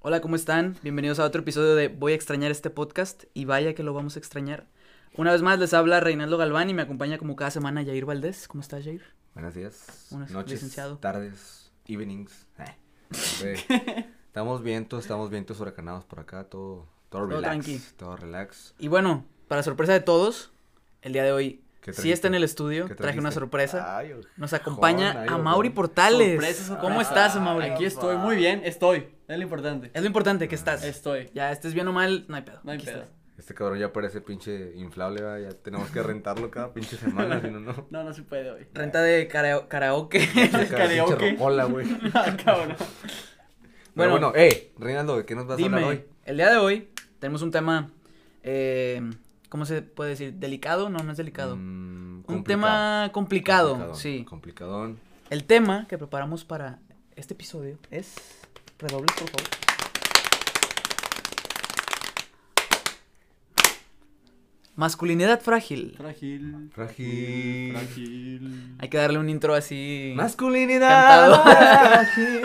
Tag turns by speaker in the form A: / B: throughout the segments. A: Hola, ¿cómo están? Bienvenidos a otro episodio de Voy a extrañar este podcast y vaya que lo vamos a extrañar. Una vez más les habla Reinaldo Galván y me acompaña como cada semana Jair Valdés. ¿Cómo estás, Jair?
B: Buenos días.
A: Buenas,
B: noches,
A: licenciado.
B: tardes, evenings. Eh, siempre estamos vientos, estamos vientos huracanados por acá, todo, todo
A: Todo
B: relax.
A: tranqui.
B: Todo relax.
A: Y bueno, para sorpresa de todos, el día de hoy
B: ¿Qué
A: sí está
B: trajiste?
A: en el estudio,
B: ¿Qué Ah,
A: traje una
B: trajiste?
A: sorpresa.
B: Ay, oj-
A: Nos acompaña
B: ay,
A: a
B: ojón.
A: Mauri Portales.
C: Sorpresa, sorpresa. Ah,
A: ¿Cómo estás, Mauri?
C: Aquí estoy, muy bien, estoy. Es lo importante.
A: Es lo importante que estás.
C: Estoy.
A: Ya estés bien o mal, no hay pedo.
C: No hay
A: Aquí
C: pedo.
A: estás.
B: Este cabrón ya parece pinche inflable, ¿verdad? ya tenemos que rentarlo cada pinche semana, si no, no.
C: No, no se puede hoy.
A: Renta de karao- karaoke.
B: Cada pinche
C: karaoke.
B: rocola, güey. Pero
C: Ah, cabrón.
B: Bueno,
A: Bueno.
B: eh, Reinaldo, ¿de qué nos vas a
A: Dime,
B: hablar hoy?
A: el día de hoy tenemos un tema, eh, ¿cómo se puede decir? ¿Delicado? No, no es delicado.
B: Mm,
A: un
B: complicado.
A: tema complicado,
B: Complicadón,
A: sí.
B: Complicadón.
A: El tema que preparamos para este episodio es... Redobles, por favor. Masculinidad frágil.
C: Frágil.
B: Frágil.
C: Frágil.
A: Hay que darle un intro así...
B: Masculinidad. frágil.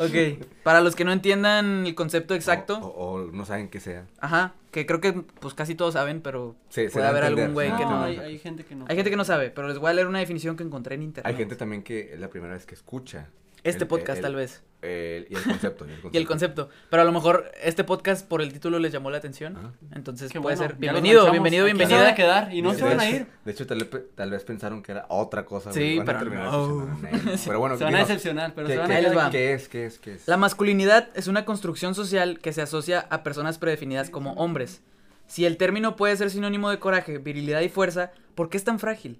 A: Ok, para los que no entiendan el concepto exacto,
B: O, o- o no saben qué sea.
A: ajá, que creo que pues casi todos saben, pero
B: Sí, se
A: puede
B: da a
A: haber
B: entender, Ah,
A: algún güey
B: se da
A: que
B: a
A: no...
B: entender.
C: Ah, Hay, hay gente que no.
A: Hay gente que no sabe, pero les voy a leer una definición que encontré en internet.
B: Hay gente también que es la primera vez que escucha.
A: Este
B: el-
A: podcast,
B: el-
A: tal vez.
B: el- y el concepto. Y el concepto.
A: Y el concepto. Pero a lo mejor este podcast por el título les llamó la atención.
B: Ajá.
A: Entonces
C: Qué
A: puede
C: bueno,
A: ser.
C: ya los
A: Bienvenido,
C: lanzamos.
A: bienvenido,
C: Aquí Se van a
A: bienvenida.
C: quedar y no se
B: De
C: van a
B: hecho-
C: ir.
B: De hecho, tal, vez- tal vez pensaron que era otra cosa.
A: Sí,
B: güey, van a
A: pero
B: terminar
A: no.
B: decepcionando, eh. Pero bueno,
C: Se van a
B: dinos,
C: decepcionar, pero
B: ¿qué-
C: se van a
B: qué-
A: Ahí les va.
C: quedar.
B: ¿Qué es? ¿Qué es? ¿Qué es?
A: La masculinidad es una construcción social que se asocia a personas predefinidas como hombres. Si el término puede ser sinónimo de coraje, virilidad y fuerza, ¿por qué es tan frágil?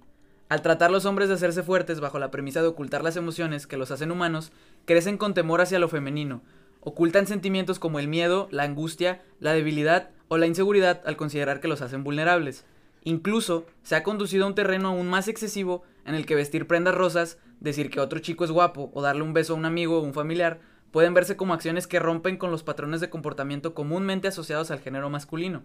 A: Al tratar los hombres de hacerse fuertes bajo la premisa de ocultar las emociones que los hacen humanos, crecen con temor hacia lo femenino. Ocultan sentimientos como el miedo, la angustia, la debilidad o la inseguridad al considerar que los hacen vulnerables. Incluso se ha conducido a un terreno aún más excesivo en el que vestir prendas rosas, decir que otro chico es guapo o darle un beso a un amigo o un familiar pueden verse como acciones que rompen con los patrones de comportamiento comúnmente asociados al género masculino.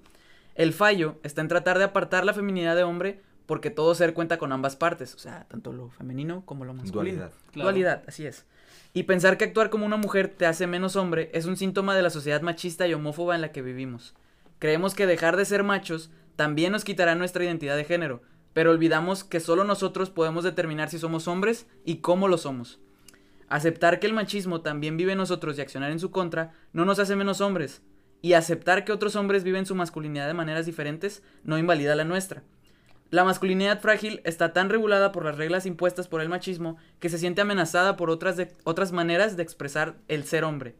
A: El fallo está en tratar de apartar la feminidad de hombre porque todo ser cuenta con ambas partes, o sea, tanto lo femenino como lo masculino.
B: Dualidad.
C: Claro.
A: Dualidad, así es. Y pensar que actuar como una mujer te hace menos hombre es un síntoma de la sociedad machista y homófoba en la que vivimos. Creemos que dejar de ser machos también nos quitará nuestra identidad de género, pero olvidamos que solo nosotros podemos determinar si somos hombres y cómo lo somos. Aceptar que el machismo también vive en nosotros y accionar en su contra no nos hace menos hombres. Y aceptar que otros hombres viven su masculinidad de maneras diferentes no invalida la nuestra. La masculinidad frágil está tan regulada por las reglas impuestas por el machismo que se siente amenazada por otras, de- otras maneras de expresar el ser hombre.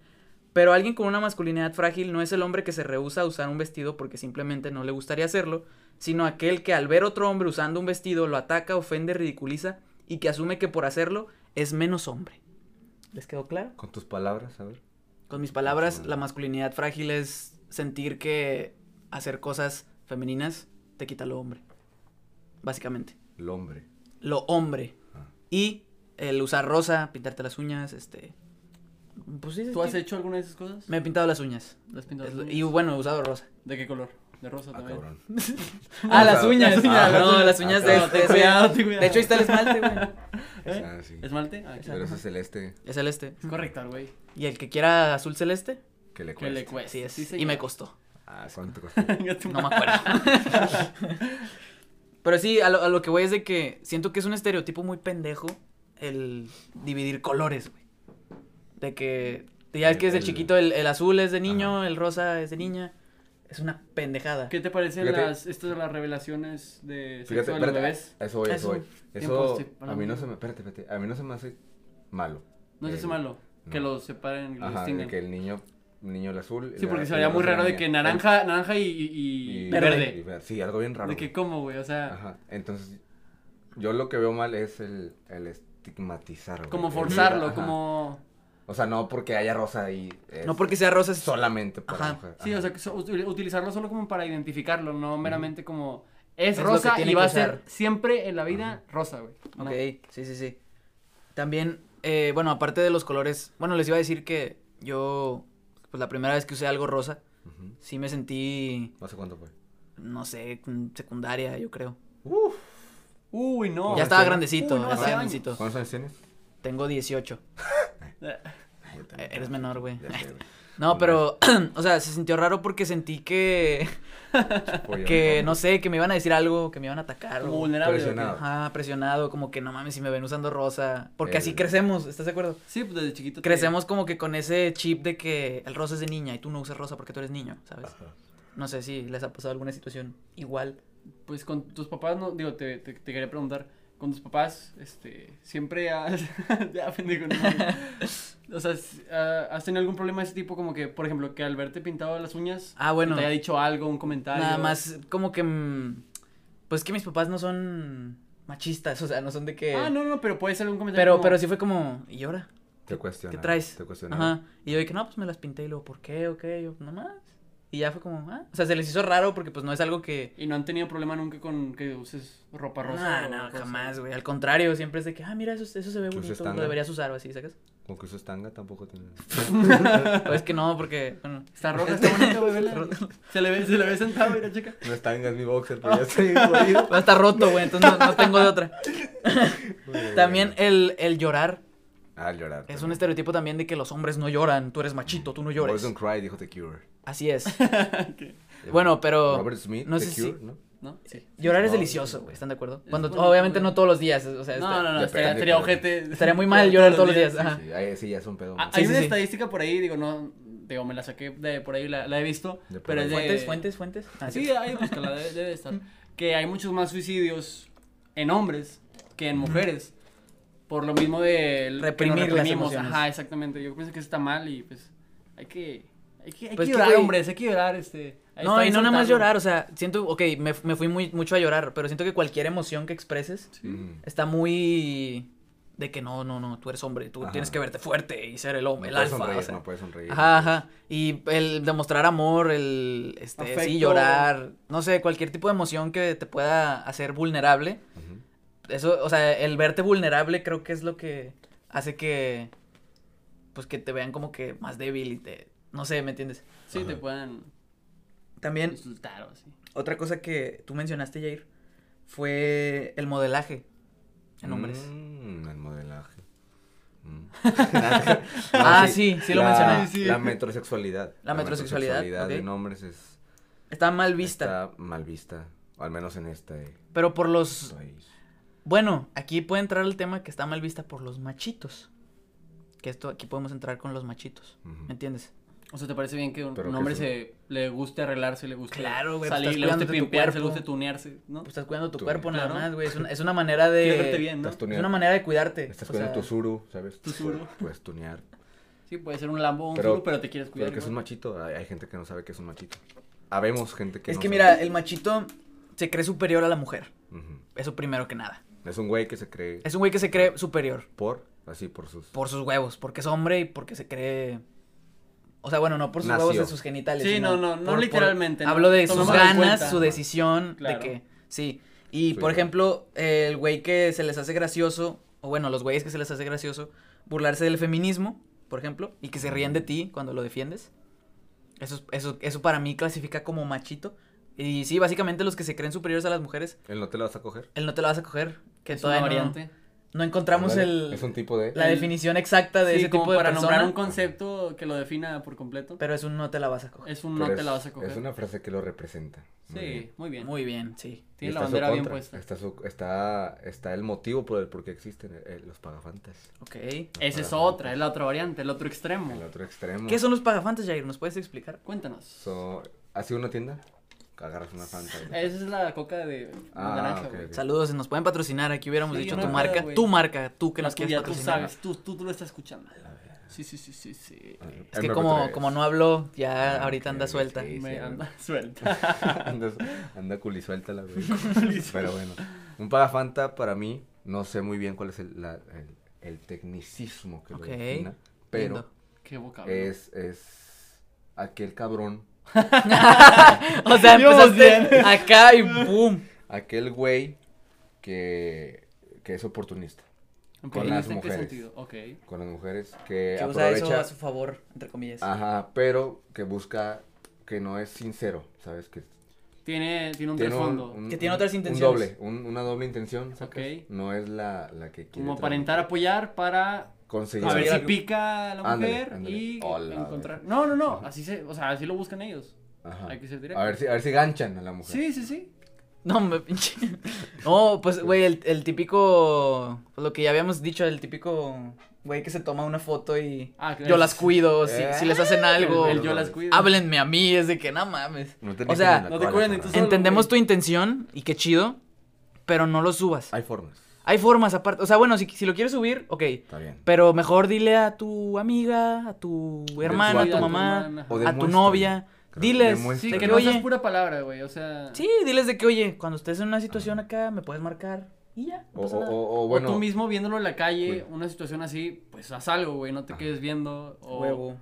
A: Pero alguien con una masculinidad frágil no es el hombre que se rehúsa a usar un vestido porque simplemente no le gustaría hacerlo, sino aquel que al ver otro hombre usando un vestido lo ataca, ofende, ridiculiza y que asume que por hacerlo es menos hombre. ¿Les quedó claro?
B: Con tus palabras, a ver.
A: Con mis palabras, la masculinidad frágil es sentir que hacer cosas femeninas te quita lo hombre. Básicamente.
B: El hombre.
A: Lo hombre.
B: Ah.
A: Y el usar rosa, pintarte las uñas, este... Pues sí,
C: ¿Tú has
A: sí.
C: hecho alguna de esas cosas?
A: Me he pintado las uñas.
C: ¿Las pintas?
A: Es lo- Y bueno, he usado rosa.
C: ¿De qué color? De rosa
B: Ah,
C: también.
B: cabrón.
A: Ah,
B: o
A: las
B: sea,
A: uñas.
C: las uñas,
A: Ah,
C: las
A: no,
C: uñas.
A: las uñas
B: Ah,
A: de...
B: cabrón.
A: de-
C: Ten cuidado, ten cuidado.
A: de hecho, ahí está el esmalte, güey.
C: ¿Eh?
B: Ah, sí.
C: ¿Esmalte? Ah,
B: Pero ese este celeste
A: Es celeste.
C: Es correcto, güey.
A: Y el que quiera azul celeste,
B: que le
C: Que le
B: cuesta.
A: así
C: cueste.
A: es.
C: Sí,
A: y
C: señor.
A: me costó.
B: Ah, ¿cuánto costó?
A: No me acuerdo. Pero sí, a lo, a lo que voy es de que siento que es un estereotipo muy pendejo el dividir colores, güey. De que ya ves que desde
B: El-
A: chiquito el, el azul es de niño,
B: Ajá.
A: el rosa es de niña. Es una pendejada.
C: ¿Qué te parecen
B: Fíjate.
C: las, estas de las revelaciones de sexo
B: Fíjate,
C: de los
B: espérate,
C: bebés?
B: a Eso voy, a eso
A: Eso.
B: voy.
C: Tiempo,
B: Eso
C: estoy
B: a mí no
C: parando.
B: se me... Espérate, espérate. A mí no se me hace malo.
C: No se
B: Eh,
C: hace malo que
B: no.
C: los separen y los
B: Ajá, de
C: distingan.
B: que el niño, niño el azul.
C: Sí,
B: la-
C: porque
B: y la
C: sería muy
B: rosa la
C: raro de
B: niña.
C: que naranja, naranja y, y- y verde.
B: y Sí, algo bien raro.
C: De que
B: güey.
C: cómo, güey, o sea,
B: Ajá. Entonces, yo lo que veo mal es el, el estigmatizar. güey.
C: como
B: El-
C: forzarlo,
B: ajá.
C: como...
B: O sea, no porque haya rosa ahí. es
A: No porque sea rosa, es-
B: Solamente para
A: Ajá.
B: mujer.
C: Sí,
B: ajá.
C: o sea, que so- util- utilizarlo solo como para identificarlo, no meramente como...
A: Es
C: Es,
A: lo que
C: rosa
A: tiene
C: y va
A: que
C: a ser
A: usar.
C: siempre en la vida rosa, güey. No.
A: Ok, sí, sí, sí. También, eh, bueno, aparte de los colores, bueno, les iba a decir que yo, pues la primera vez que usé algo rosa,
B: Ujú.
A: sí me sentí,
B: No sé cuánto fue.
A: no sé, en secundaria, yo creo.
C: Uy, no.
A: ya
B: hace
A: estaba
B: años.
A: grandecito,
C: Uy, no,
A: ya
C: hace
A: estaba
C: años.
A: grandecito.
B: ¿Cuántos años tienes?
A: Tengo 18.
C: Eh,
B: está
A: Eh,
B: bien.
A: Eres menor, güey.
B: Ya sé, güey.
A: No, pero, o sea, se sintió raro porque sentí que,
B: Pollo,
A: que,
B: entonces.
A: no sé, que me iban a decir algo, que me iban a atacar.
C: Como
A: o-
C: vulnerable. ¿o qué?
B: Presionado.
A: Ajá, presionado, como que no mames, si me ven usando rosa. Porque así
B: El-
A: crecemos, ¿estás de acuerdo?
C: Sí, pues desde chiquito. te-
A: Crecemos como que con ese chip de que el rosa es de niña y tú no usas rosa porque tú eres niño, ¿sabes?
B: Ajá.
A: No sé si les ha pasado alguna situación igual.
C: Pues con tus papás, no, digo, te, te, te quería preguntar, con tus papás, este, siempre has, ya, pendejo, no mames. o sea, s- ah, ¿has tenido algún problema de ese tipo? Como que, por ejemplo, que al verte pintado las uñas,
A: Ah, bueno.
C: que te haya dicho algo, un comentario.
A: Nada más como que, mm, pues que mis papás no son machistas, o sea, no son de que...
C: Ah, no, no, pero puede ser algún comentario.
A: Pero,
C: como-
A: pero sí fue como, ¿y ahora?
B: Te cuestionaba.
A: ¿Qué traes?
B: Te cuestionaba.
A: Ajá. Y yo dije, no, pues me las pinté y luego, ¿por qué? ¿O qué? Yo, nomás. Y ya fue como, ah. O sea, se les hizo raro porque pues no es algo que...
C: Y no han tenido problema nunca con que uses ropa rosa.
A: No,
C: o
A: Ah, no,
C: cosa.
A: jamás, güey. Al contrario, siempre es de que, ah, mira, eso, eso se ve
B: Pues
A: bonito,
B: estándar.
A: lo deberías usar o así, ¿sacas?
B: Como que usas tanga tampoco tiene.
A: Pero es que no, porque, bueno.
C: Está roja, está bonita, güey, vela. Se le ve, se le ve sentado, mira, chica.
B: No es tanga, es mi boxer, pero ya estoy jodido.
A: Pero está roto, güey, entonces no, no tengo de otra.
B: Güey,
A: También
B: güey.
A: el, el llorar
B: Eh, Ah, el llorar.
A: es
B: también.
A: un estereotipo también de que los hombres no lloran, tú eres machito, tú no llores.
B: Boys Don't Cry, dijo The Cure. Eh,
A: Así es.
C: ¿Qué?
A: Bueno, pero
B: Robert Smith,
A: no
B: The
A: sé si-
B: Cure, ¿no?
C: ¿No? Sí.
A: Llorar es
B: No,
A: delicioso, güey, ¿están de acuerdo?
C: Es
A: Cuando,
C: bonito,
A: obviamente
C: güey.
A: no todos los días, o sea, está-
C: No, no, no,
B: Depende,
C: estaría, estaría
B: pero-
C: ojete.
A: estaría muy mal llorar todos los días,
C: sí.
A: ajá.
B: Sí, ahí sí ya es un pedo.
C: Ah,
B: más.
A: Sí,
C: hay
A: sí,
C: una
A: sí.
C: estadística por ahí, digo, no, digo, me la saqué de por ahí, la, la he visto,
B: De por
C: pero
B: ahí.
C: es de...
A: Fuentes, fuentes, fuentes. Ah,
C: Sí, ahí búscala, debe, debe de estar. Que hay muchos más suicidios en hombres que en mujeres, por lo mismo de... el- que nos
A: Reprimir las
C: reprimimos.
A: emociones.
C: Ajá, exactamente, yo pienso que eso está mal y pues hay que... Hay que, hay
A: Pues que,
C: que llorar,
A: güey.
C: hombres, hay que llorar, este... ahí
A: No,
C: está,
A: y
C: ahí
A: no nada más
C: soltarlo.
A: llorar, o sea, siento, ok, me, me fui muy, mucho a llorar, pero siento que cualquier emoción que expreses
B: Mm.
A: está muy de que no, no, no, tú eres hombre, tú
B: Ajá.
A: tienes que verte fuerte y ser el
B: No
A: hombre, el
B: puedes
A: alfa, o
B: sonreír,
A: sea.
B: no puedes sonreír.
A: Ajá, ajá. Y el demostrar amor, el este, sí,
C: Afecto.
A: llorar, no sé, cualquier tipo de emoción que te pueda hacer vulnerable.
B: Ujú.
A: Eso, o sea, el verte vulnerable creo que es lo que hace que, pues que te vean como que más débil y te, no sé, ¿me entiendes?
C: Sí, te
B: Ajá.
C: pueden
A: También
C: insultar o así.
A: Otra cosa que tú mencionaste, Jair, fue el modelaje en hombres.
B: Mm, el modelaje. Mm.
A: Ah, sí, sí lo
B: la-
A: mencioné.
C: Sí, sí.
B: La metrosexualidad.
A: La metrosexualidad, ok.
B: en hombres es
A: Está mal vista,
B: está mal vista, al menos en este
A: pero por los...
B: país.
A: Bueno, aquí puede entrar el tema que está mal vista por los machitos. Que esto aquí podemos entrar con los machitos,
B: Ujú.
A: ¿me entiendes?
C: O sea, ¿te parece bien que un,
B: Pero
C: un
B: que
C: hombre
B: sí.
C: se le guste arreglarse, le guste
A: Claro, güey, pues
C: salir,
A: estás
C: le guste
A: cuidándote tu
C: pimpearse, le
A: cuerpo.
C: guste tunearse, ¿no?
A: Pues estás cuidando tu
B: Tú,
A: cuerpo nada
C: claro.
A: más, güey. Es una, es una manera
C: Quieres verte
A: de...
C: bien, ¿no?
B: Estás
A: Es una
B: tuneando,
A: manera de cuidarte.
B: estás
A: o
B: cuidando
A: sea,
B: tu suru, ¿sabes?
C: Tu suru.
B: Puedes tunear.
C: Sí, puede ser un lambo, un
B: Pero-
C: suru, pero te quieres cuidar.
B: Pero que es un
C: igual.
B: machito, hay, hay gente que no sabe que es un machito. Habemos gente que
A: Es
B: no
A: que
B: sabe.
A: mira, el machito se cree superior a la mujer.
B: Ujú.
A: Eso primero que nada.
B: Es un güey que se cree
A: Es un güey que se cree superior.
B: por, así por sus...
A: Por sus huevos, porque es hombre y porque se cree. O sea, bueno, no por sus
B: Nació.
A: huevos de sus genitales.
C: Sí,
A: sino
C: no, no, no
A: por- por-
C: literalmente, no.
A: Hablo de sus
C: Tomándolo en
A: ganas,
C: cuenta.
A: su decisión,
C: Claro.
A: de que. Sí. Y
B: Sí,
A: por
B: claro.
A: ejemplo, el güey que se les hace gracioso, o bueno, los güeyes que se les hace gracioso, burlarse del feminismo, por ejemplo, y que se ríen de ti cuando lo defiendes. Eso, es- eso, eso para mí clasifica como machito. Y sí, básicamente los que se creen superiores a las mujeres,
B: Él no te lo vas a coger.
A: él no te lo vas a coger. Que
C: Es una
A: todavía no-
C: variante.
A: No, encontramos
B: Ándale,
A: el,
B: Es un tipo de...
A: la
C: el-
A: definición exacta de
C: sí,
A: ese
C: como
A: tipo de
C: para
A: persona.
C: nombrar un concepto que lo defina por completo.
A: Pero es un no te la vas a coger.
C: es un
B: pero
C: no te
B: es-
C: la vas a coger.
B: Es una frase que lo representa. Muy bien.
C: Sí, muy bien.
A: Muy bien, sí.
B: Y
C: Tiene la
B: está su
C: bandera bien
B: contra,
C: puesta.
B: Está, su- está, está el motivo por el por qué existen eh, los pagafantas.
A: Ok.
C: Esa es otra, es la otra variante, el otro extremo.
B: El otro extremo.
A: ¿Qué son los pagafantes, Jair? ¿Nos puedes explicar?
C: Cuéntanos.
B: So, ¿Has ido a una tienda? Agarras una fanta.
A: Eh,
B: y-
C: Esa es la coca de
B: Ah,
C: naranja,
B: ok,
C: güey.
B: ok.
A: Saludos, nos pueden patrocinar. Aquí hubiéramos
C: Sí,
A: dicho
C: no
A: tu
C: hay
A: marca.
C: pedo, güey.
A: Tu marca, tú que
C: La
A: nos quieres
C: tuya, tú
A: patrocinar.
C: sabes, tú, tú, tú lo estás escuchando. Sí, sí, sí, sí, sí.
A: Es
B: En
A: que
B: Roco
A: como,
B: tres.
A: como no habló, ya
B: Ah,
A: ahorita
B: ok,
A: anda
B: ok,
A: suelta.
B: sí.
C: Me
B: güey.
C: anda suelta.
B: anda, anda culisuelta la güey. Pero bueno. Un pagafanta para mí, no sé muy bien cuál es el, la- el- el tecnicismo que
A: Ok,
B: lo defina. Pero
A: entiendo.
C: Qué vocablo.
B: es, es aquel cabrón,
A: O sea,
C: Íbamos
A: empezaste acá y ¡boom!
B: aquel güey que, que es oportunista. con las
C: ¿En este qué
B: mujeres.
C: sentido? Ok.
B: Con las mujeres
C: Eh,
B: que,
A: Que usa eso
B: aprovecha.
A: a su favor, entre comillas.
C: Ah.
B: Ajá, pero que busca que no es sincero, ¿sabes? Que
C: Tiene, tiene un
B: tiene un-
C: trasfondo.
B: un-
A: Que tiene
B: un-
A: otras
B: un
A: intenciones.
B: doble, un- una doble intención, ¿sacas?
C: Ok.
B: No es la, la que quiere.
C: Como
B: tra-
C: aparentar apoyar para
B: conseguir.
C: A ver si
B: algo.
C: pica a la
B: Ándale,
C: mujer
B: ándale.
C: y
A: Oh,
B: Hola,
C: encontrar.
B: güey.
C: No, no, no.
B: Ajá.
C: Así se, o sea, así lo buscan ellos.
B: Ajá.
C: Hay que ser directo.
B: A ver si, a ver si ganchan a la mujer.
C: Sí, sí, sí.
A: No, hombre, pinche. No, pues, güey, el, el típico. pues, Lo que ya habíamos dicho, el típico. Güey, que se toma una foto y.
C: Ah, claro.
A: Yo las cuido, si, si les hacen algo.
C: Eh, El, el yo las cuido.
A: Háblenme a mí, es de que no mames.
B: No te
A: O sea,
B: ni la
C: no te
B: cola,
C: cuidan,
B: carnal.
C: entonces- Solo,
A: Entendemos
C: güey.
A: tu intención y qué chido, pero no lo subas.
B: Hay formas.
A: Hay formas aparte. O sea, bueno, si, si lo quieres subir, ok.
B: Está bien.
A: Pero mejor dile a tu amiga, a tu hermana, a
B: tu
A: tu mamá,
C: hermana.
B: O
A: a tu
B: demuéstralo.
A: novia.
B: Creo que
A: Diles.
B: demuéstralo.
C: Sí,
A: de
C: que
A: que,
C: no seas
A: oye,
C: pura palabra, güey. O sea.
A: Sí, diles de que, oye, cuando estés en una situación acá, me puedes marcar y ya. no
B: O,
A: pasa
B: o-
A: nada.
B: o- o,
C: O tú
B: bueno,
C: mismo viéndolo en la calle,
B: Güey.
C: una situación así, pues haz algo, güey, no te
B: Ajá.
C: quedes viendo. O...
A: Huevo.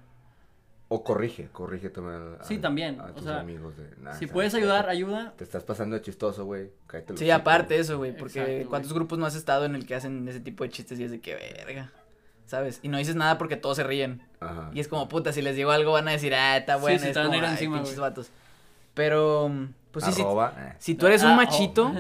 B: o corrige, corrige también. a-
C: Sí, también,
B: A
C: o
B: tus
C: sea,
B: amigos. De, "Nah,
C: Si
B: ¿sabes
C: puedes
B: qué?
C: ayudar, ayuda.
B: Te estás pasando de chistoso, güey. cállate el
A: Sí,
B: hocico,
A: aparte
B: güey".
A: eso, güey, porque
C: Exacto, güey.
A: ¿cuántos grupos no has estado en el que hacen ese tipo de chistes y es de que verga? ¿Sabes? Y no dices nada porque todos se ríen.
B: Ajá.
A: Y es como, puta, si les digo algo van a decir, ah, está
C: Sí,
A: bueno,
C: se
A: es
C: te van a
A: como,
C: ir
A: "Ay,
C: encima,
A: pinches
C: güey".
A: vatos. Pero, pues sí, sí.
B: Arroba, eh.
A: Si tú eres un
C: Ah, oh.
A: machito,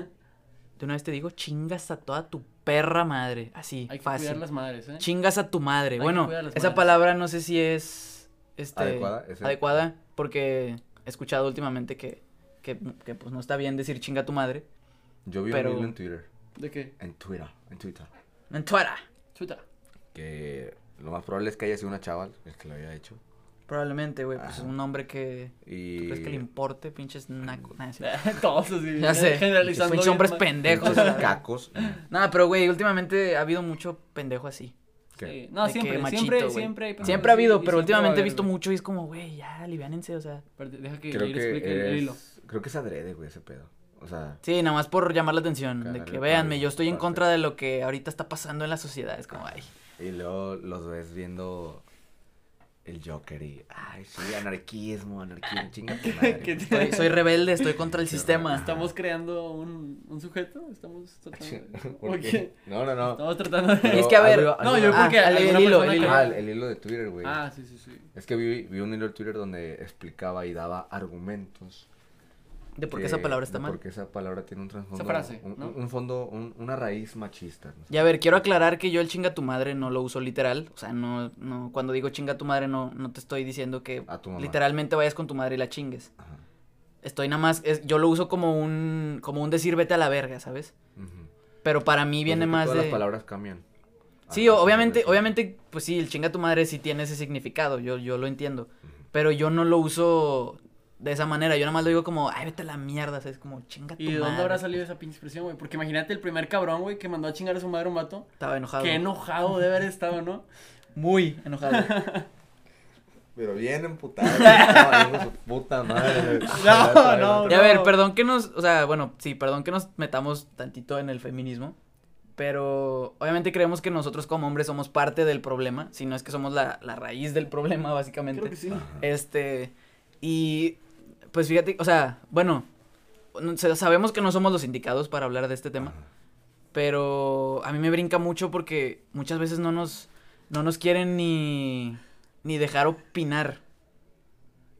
A: de una vez te digo, chingas a toda tu perra madre. Así,
C: Hay que
A: fácil.
C: cuidar las madres, ¿eh?
A: Chingas a tu madre.
C: Hay que
A: bueno,
C: cuidar las
A: esa
C: madres.
A: palabra no sé si es este,
B: Adecuada, es el-
A: adecuada, porque he escuchado últimamente que, que, que, pues no está bien decir chinga a tu madre.
B: Yo vi
A: pero-
B: un hilo en Twitter.
C: ¿De qué?
B: En Twitter. En Twitter.
A: En Twitter,
C: Chuta.
B: Que lo más probable es que haya sido una chaval el que lo haya hecho.
A: probablemente, güey, pues
B: Ajá.
A: un hombre que...
B: Y...
A: ¿Tú crees que le importe, pinches nacos? Nah, sí.
C: Todos así.
A: Ya sé,
C: Eh, Generalizando.
A: pinches
C: bien
A: hombres
C: mal.
A: pendejos.
B: Pinches
A: ¿sabes?
B: cacos.
A: Nada, pero, güey, últimamente ha habido mucho pendejo así.
C: Sí, No,
A: de que
C: siempre,
A: machito,
C: siempre,
A: güey.
C: siempre. hay personas
A: Siempre ha
C: así
A: habido,
C: y
A: pero
C: siempre va a
A: últimamente he
C: haber,
A: visto
C: güey.
A: mucho y es como, güey, ya, aliviánense, o sea.
C: Pero Deja que
B: Creo
C: Jair explique el-
B: que
C: el
B: es...
C: hilo.
B: Creo que es adrede, güey, ese pedo. O sea...
A: Sí, nada más por llamar la atención, de
B: Cagarle
A: que
B: el
A: véanme,
B: palo,
A: yo estoy en
B: aparte.
A: contra de lo que ahorita está pasando en la sociedad. Es como, ay.
B: Y luego los ves viendo el Joker y... Ay, sí, anarquismo, anarquismo, chinga tu madre.
C: ¿Qué te-
A: Soy, soy rebelde, estoy contra el
B: Sí,
A: sistema.
B: ajá.
C: Estamos creando un, un sujeto. Estamos tratando.
B: ¿Por
C: ¿Por
B: qué? No, no, no.
C: Estamos tratando de.
A: Es que, a ver,
C: no, yo
A: Ah,
C: porque
A: el- el
C: alguna
A: hilo,
C: persona
A: el
C: que-
A: hilo.
B: Ah, el, el hilo de Twitter, güey.
C: Ah, sí, sí, sí.
B: Es que vi, vi un hilo de Twitter donde explicaba y daba argumentos.
A: De por qué
B: que-
A: esa palabra está
B: de
A: mal.
B: Porque esa palabra tiene un trasfondo.
C: Esa frase,
B: un,
C: ¿no?
B: un fondo, un- una raíz machista. ¿no?
A: Y a ver, quiero aclarar que yo el chinga tu madre no lo uso literal. O sea, no, no, cuando digo chinga tu madre no, no te estoy diciendo que
B: A tu mamá.
A: literalmente vayas con tu madre y la chingues.
B: Ajá.
A: Estoy nada más, es- yo lo uso como un, como un decir vete a la verga, ¿sabes?
B: Ujú.
A: Pero para mí
B: Pues
A: viene
B: es que
A: más
B: todas
A: de...
B: las palabras cambian.
A: Sí,
B: Ah,
A: o- obviamente,
B: sí.
A: obviamente, pues sí, el chinga tu madre sí tiene ese significado, yo, yo lo entiendo.
B: Ujú.
A: Pero yo no lo uso de esa manera, yo nada más lo digo como, ay, vete a la mierda, ¿sabes? Como chinga tu
C: ¿Y
A: madre.
C: de dónde habrá salido esa pinche expresión, güey? Porque imagínate el primer cabrón, güey, que mandó a chingar a su madre un vato.
A: Estaba enojado.
C: Qué enojado de haber estado, ¿no?
A: Muy enojado.
B: Pero bien emputado. no, hijo de su puta madre.
C: No, no,
A: Y a ver, perdón que nos, o sea, bueno, sí, perdón que nos metamos tantito en el feminismo, pero obviamente creemos que nosotros como hombres somos parte del problema, si no es que somos la, la raíz del problema, básicamente.
C: Creo que sí.
B: Ajá.
A: Este, y pues fíjate, o sea, bueno, no sé, sabemos que no somos los indicados para hablar de este tema,
B: Ajá.
A: pero a mí me brinca mucho porque muchas veces no nos, no nos quieren ni, ni dejar opinar.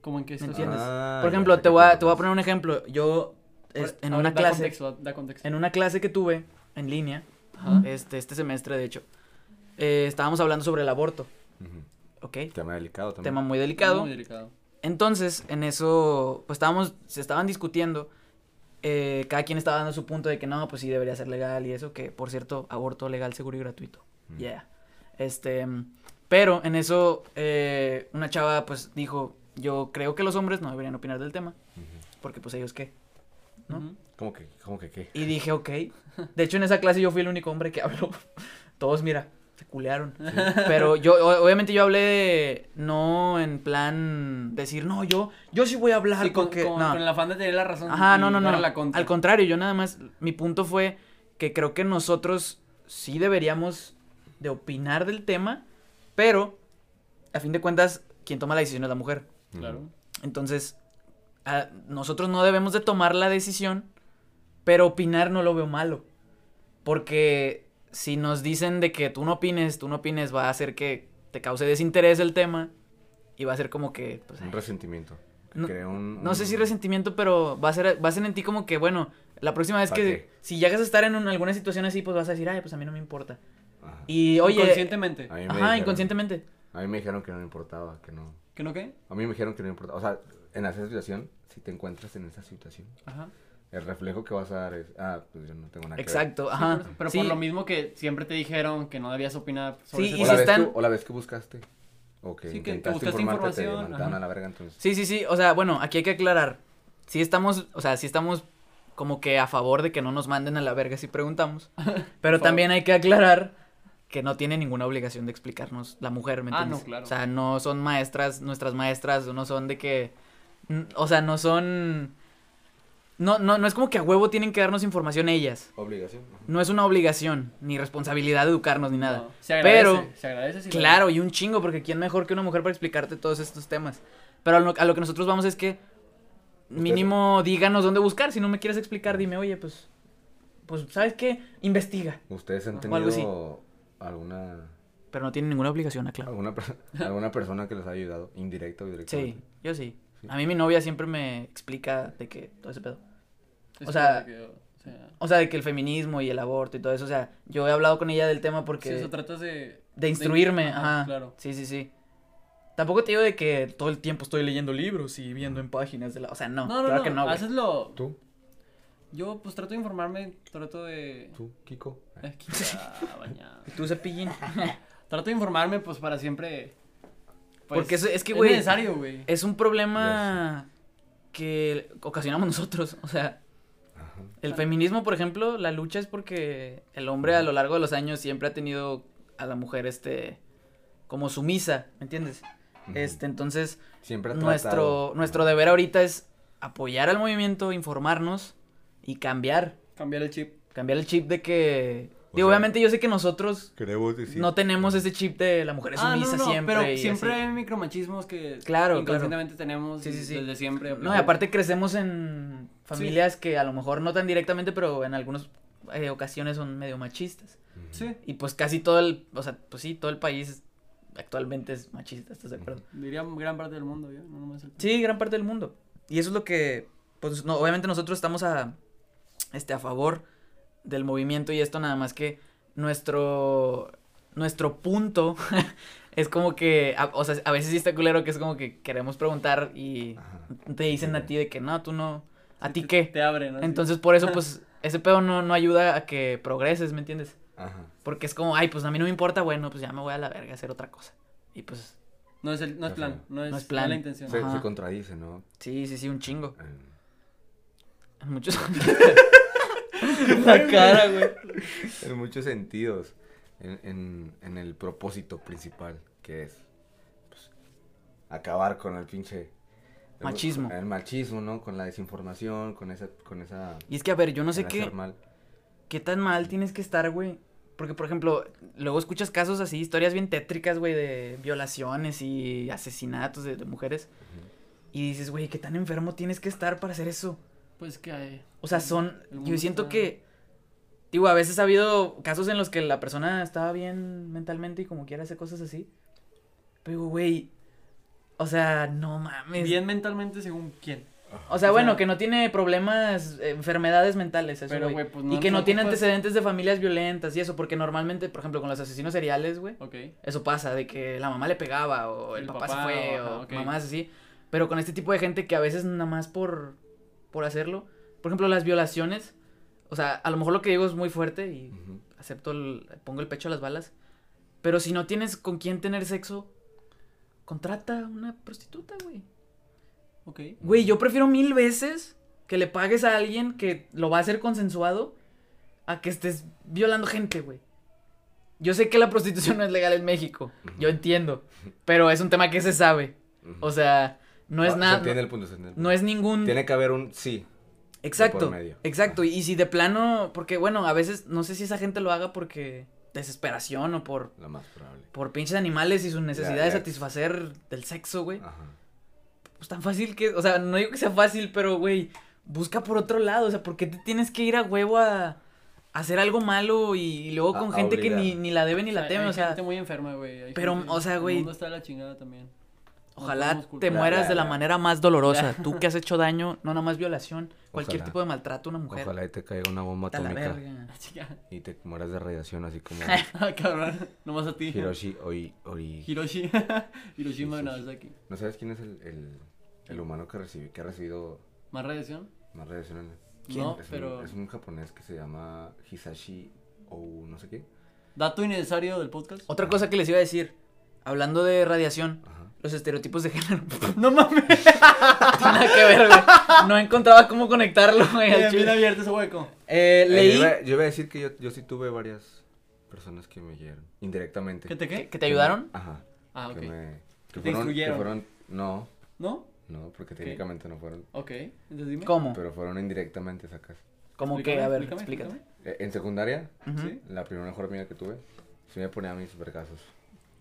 C: Como en que esto
A: ¿Me entiendes?
B: Ah,
A: Por
B: ya
A: ejemplo,
B: sé
A: te
B: qué
A: voy, a,
B: punto
A: te voy a
B: vas.
A: poner un ejemplo. Yo, es- en
C: Ahora,
A: una
C: da
A: clase,
C: Contexto, da- da contexto.
A: en una clase que tuve en línea,
C: Ajá.
A: este, este semestre de hecho, eh, estábamos hablando sobre el aborto,
B: Ujú.
A: ¿ok?
B: Tema delicado también.
A: Tema muy delicado.
C: Muy delicado.
A: Entonces, en eso, pues estábamos, se estaban discutiendo, eh, cada quien estaba dando su punto de que no, pues sí debería ser legal y eso, que por cierto, aborto legal, seguro y gratuito.
B: Mm.
A: Yeah. Este, mm, pero en eso, eh, una chava pues dijo, yo creo que los hombres no deberían opinar del tema,
B: Ujú.
A: porque pues ellos qué. ¿No?
C: Ujú.
B: ¿Cómo que, cómo que qué?
A: Y dije, ok. De hecho, en esa clase yo fui el único hombre que habló. Todos, mira, se culearon. Pero yo, o- obviamente yo hablé de- no en plan decir, no, yo, yo sí voy a hablar
C: Sí, con,
A: porque...
C: con-
A: no.
C: con el afán de tener la razón.
A: Ajá,
C: y
A: no, no,
C: dar
A: no.
C: a La contra.
A: Al contrario, yo nada más, mi punto fue que creo que nosotros sí deberíamos de opinar del tema, pero a fin de cuentas, quien toma la decisión es la mujer.
B: Ujú.
C: Claro.
A: Entonces, a- nosotros no debemos de tomar la decisión, pero opinar no lo veo malo. Porque si nos dicen de que tú no opines, tú no opines, va a hacer que te cause desinterés el tema y va a ser como que... pues,
B: Un
A: ay,
B: resentimiento. que
A: No-
B: crea un-
A: no sé
B: un-
A: si resentimiento, pero va a ser, va a ser en ti como que, bueno, la próxima vez
B: ¿Pa
A: que...
B: qué?
A: Si llegas a estar en un- alguna situación así, pues vas a decir, ay, pues a mí no me importa.
B: Ajá.
A: Y oye.
C: Conscientemente.
B: A mí me
A: Ajá,
B: dijeron-
A: inconscientemente.
B: A mí me dijeron que no me importaba, que no.
C: ¿Que no qué?
B: A mí me dijeron que no me importaba. O sea, en esa situación, si te encuentras en esa situación,
C: Ajá.
B: el reflejo que vas a dar es, ah, pues yo no tengo nada que ver.
A: Exacto,
C: Sí,
A: ajá.
C: por eso. Pero
A: Sí,
C: por lo mismo que siempre te dijeron que no debías opinar sobre
A: Sí,
C: ese
A: y
B: o,
A: si
B: la
C: tema.
B: vez que-
A: están-
B: o la vez que buscaste. O que
C: Sí, que- que
B: intentaste
C: buscaste
B: informarte, te
C: información,
B: mandaron
C: ajá.
B: a la verga, entonces.
A: Sí, sí, sí. O sea, bueno, aquí hay que aclarar. Sí estamos, o sea, sí estamos como que a favor de que no nos manden a la verga si preguntamos. Pero
C: favor.
A: también hay que aclarar que no tiene ninguna obligación de explicarnos la mujer, ¿me
C: Ah,
A: entiendes?
C: no, claro.
A: O sea, no son maestras, nuestras maestras, no son de que... n- O sea, no son... No, no, no es como que a huevo tienen que darnos información ellas.
B: Obligación.
A: No es una obligación, ni responsabilidad educarnos, ni nada.
C: No, se agradece,
A: Pero-
C: se agradece. sí,
A: Claro, y un chingo, porque quién mejor que una mujer para explicarte todos estos temas. Pero a lo, a lo que nosotros vamos es que mínimo díganos dónde buscar. Si no me quieres explicar, dime, oye, pues, pues, ¿sabes qué? Investiga.
B: ¿Ustedes han
A: O algo así.
B: tenido alguna,
A: Pero no tiene ninguna obligación, aclaro.
B: alguna, per- alguna persona que les ha ayudado, indirecta o directamente?
A: Sí, yo sí.
B: Ah, Sí.
A: A mí mi novia siempre me explica de que todo ese pedo.
C: Es
A: O sea-
C: que- o sea,
A: O sea, de que el feminismo y el aborto y todo eso, o sea, yo he hablado con ella del tema porque...
C: si eso tratas de...
A: De instruirme,
C: ajá,
A: ajá.
C: Claro.
A: Sí, sí, sí. Tampoco te digo de que todo el tiempo estoy leyendo libros y viendo en páginas de la... O sea, no,
C: No, no,
A: claro
C: no,
A: que no, güey.
C: haces lo...
B: ¿Tú?
C: Yo pues trato de informarme, trato de...
B: ¿Tú, Kiko?
C: Eh, quita, bañado.
A: Y tú, cepillín.
C: Trato de informarme pues para siempre... pues,
A: Porque es- es que, güey, eh,
C: Es necesario, güey.
A: Es un problema que ocasionamos nosotros. O sea,
B: Ajá.
A: el feminismo, por ejemplo, la lucha es porque el hombre a lo largo de los años siempre ha tenido a la mujer, este, como sumisa, ¿me entiendes?
B: Ujú.
A: Este, entonces,
B: Siempre ha
A: nuestro,
B: tratado-
A: nuestro deber ahorita es apoyar al movimiento, informarnos y cambiar.
C: Cambiar el chip.
A: Cambiar el chip de que...
B: O
A: Digo,
B: sea,
A: obviamente yo sé que nosotros
B: Queremos decir.
A: no tenemos ese chip de la mujer es
C: ah, no,
A: sumisa
C: no,
A: siempre.
C: pero
A: y
C: siempre
A: así.
C: hay micromachismos que
A: Claro, claro.
C: inconscientemente tenemos
A: Sí, sí, sí.
C: desde siempre. pues,
A: No, y aparte crecemos en familias que a lo mejor no tan directamente, pero en algunas eh, ocasiones son medio machistas.
B: Ujú.
C: Sí,
A: Y pues casi todo el, o sea, pues sí, todo el país actualmente es machista, ¿estás de acuerdo?
C: diría gran parte del mundo, yo, no nomás el...
A: Sí, gran parte del mundo. Y eso es lo que, pues no, obviamente nosotros estamos a, este, a favor del movimiento y esto nada más que nuestro, nuestro punto es como que, a- o sea, a veces sí está culero que es como que queremos preguntar y
B: Ajá.
A: te dicen a ti de que no, tú no, a ti qué.
C: Te abre, ¿no? Así.
A: Entonces, por eso, pues, ese pedo no, no ayuda a que progreses, ¿me entiendes?
B: Ajá.
A: Porque es como, ay, pues a mí no me importa, bueno, pues ya me voy a la verga a hacer otra cosa. Y pues,
C: No es, el, no es
B: Ajá.
C: plan, no es,
A: No es plan.
C: la intención.
B: Se,
A: Ajá.
B: se contradice, ¿no?
A: sí, sí, sí, un chingo.
B: Eh,
A: En muchos. la cara, güey.
B: En muchos sentidos. En, en, en el propósito principal, que es pues, acabar con el pinche. el-
A: Machismo.
B: El machismo, ¿no? Con la desinformación, con esa. Con esa
A: Y es que, a ver, yo no sé
B: el
A: qué,
B: hacer mal.
A: qué tan mal tienes que estar, güey. Porque, por ejemplo, luego escuchas casos así, historias bien tétricas, güey, de violaciones y asesinatos de, de mujeres. Y dices, güey, qué tan enfermo tienes que estar para hacer eso.
C: Pues que hay.
A: O sea, son.
C: El mundo
A: Yo siento
C: está-
A: que. Digo, a veces ha habido casos en los que la persona estaba bien mentalmente y como quiera hace cosas así. Pero, digo, güey. O sea, no mames.
C: Bien mentalmente según quién.
A: O sea,
C: o
A: bueno,
C: sea-
A: que no tiene problemas, eh, enfermedades mentales, eso,
C: Pero,
A: güey.
C: güey, pues no-
A: y que no,
C: no
A: tiene
C: ocupas-
A: antecedentes de familias violentas y eso, porque normalmente, por ejemplo, con los asesinos seriales, güey,
C: Ok.
A: eso pasa, de que la mamá le pegaba o el,
C: El
A: papá, se
C: papá,
A: fue
C: o-
A: o,
C: ajá, ok.
A: mamás así. Pero con este tipo de gente que a veces nada más por, por hacerlo. Por ejemplo, las violaciones. O sea, a lo mejor lo que digo es muy fuerte y
B: Ujú.
A: acepto, el- pongo el pecho a las balas. Pero si no tienes con quién tener sexo, contrata una prostituta, güey.
C: Ok.
A: Güey, yo prefiero mil veces que le pagues a alguien que lo va a hacer consensuado a que estés violando gente, güey. Yo sé que la prostitución no es legal en México, yo entiendo, pero es un tema que se sabe.
B: Ujú.
A: O sea, no es
B: Ah, Se
A: nada,
B: entiende
A: no,
B: el punto, se entiende el
A: no es ningún...
B: Tiene que haber un sí. de
A: Exacto,
B: por medio.
A: exacto. Y si de plano, porque bueno, a veces no sé si esa gente lo haga porque desesperación o por,
B: Lo más probable.
A: por pinches animales y su necesidad de
B: ya.
A: satisfacer del sexo, güey.
B: Ajá.
A: pues tan fácil que, o sea, no digo que sea fácil, pero güey, busca por otro lado, o sea, ¿por qué te tienes que ir a huevo a, a hacer algo malo y, y luego
B: A-
A: con
B: a
A: gente que ni,
B: obligar.
A: ni la debe ni la
C: Hay-
A: teme,
C: hay
A: o sea,
C: gente muy enferma, güey. hay
A: pero,
C: gente-
A: o sea, güey.
C: El mundo está de la chingada también.
A: Ojalá
C: podemos
A: te
C: culpar.
A: mueras de la
B: Ya.
A: manera más dolorosa. Tú que has hecho daño, no nada más violación, cualquier
B: Ojalá.
A: tipo de maltrato a una mujer.
B: Ojalá y te caiga una bomba
A: Vete a la
B: atómica
A: verga.
C: Ah, Chica.
B: y te mueras de radiación así como
C: Ah, cabrón. Nomás a ti.
B: Hiroshi Oi, Ori.
C: Hiroshi. Hiroshima
B: Sí, sí, sí.
C: Nagasaki.
B: ¿No sabes quién es el, el, el humano que, recibi- que ha recibido
C: ¿Más radiación?
B: más radiación? en-
A: ¿Quién?
C: No,
B: es,
C: pero.
B: un, es un japonés que se llama Hisashi o no sé qué.
C: Dato innecesario del podcast.
A: Otra cosa que les iba a decir, hablando de radiación,
B: Ajá.
A: los estereotipos de género. No
C: No mames.
A: tiene nada que ver, güey. No encontraba cómo conectarlo, güey. al
C: Bien, bien
A: chile.
C: abierto ese hueco.
A: Eh,
B: Eh, yo,
A: leí
B: iba, yo iba a decir que yo, yo sí tuve varias personas que me guiaron indirectamente.
C: ¿Qué te qué?
A: que que te ayudaron.
B: Ajá.
C: Ah, ok.
B: Que me. Que
C: te
B: fueron,
C: instruyeron.
B: Que fueron, no,
C: ¿No?
B: no, porque técnicamente no fueron.
C: Ok. Entonces dime.
A: ¿Cómo?
B: Pero fueron indirectamente sacas.
A: ¿Cómo que?
C: Explícame,
A: A ver,
C: explícame,
A: explícate.
C: explícame.
B: Eh, en secundaria,
A: Ujú.
C: Sí.
B: la primera mejor amiga que tuve, sí me ponía mis vergazos,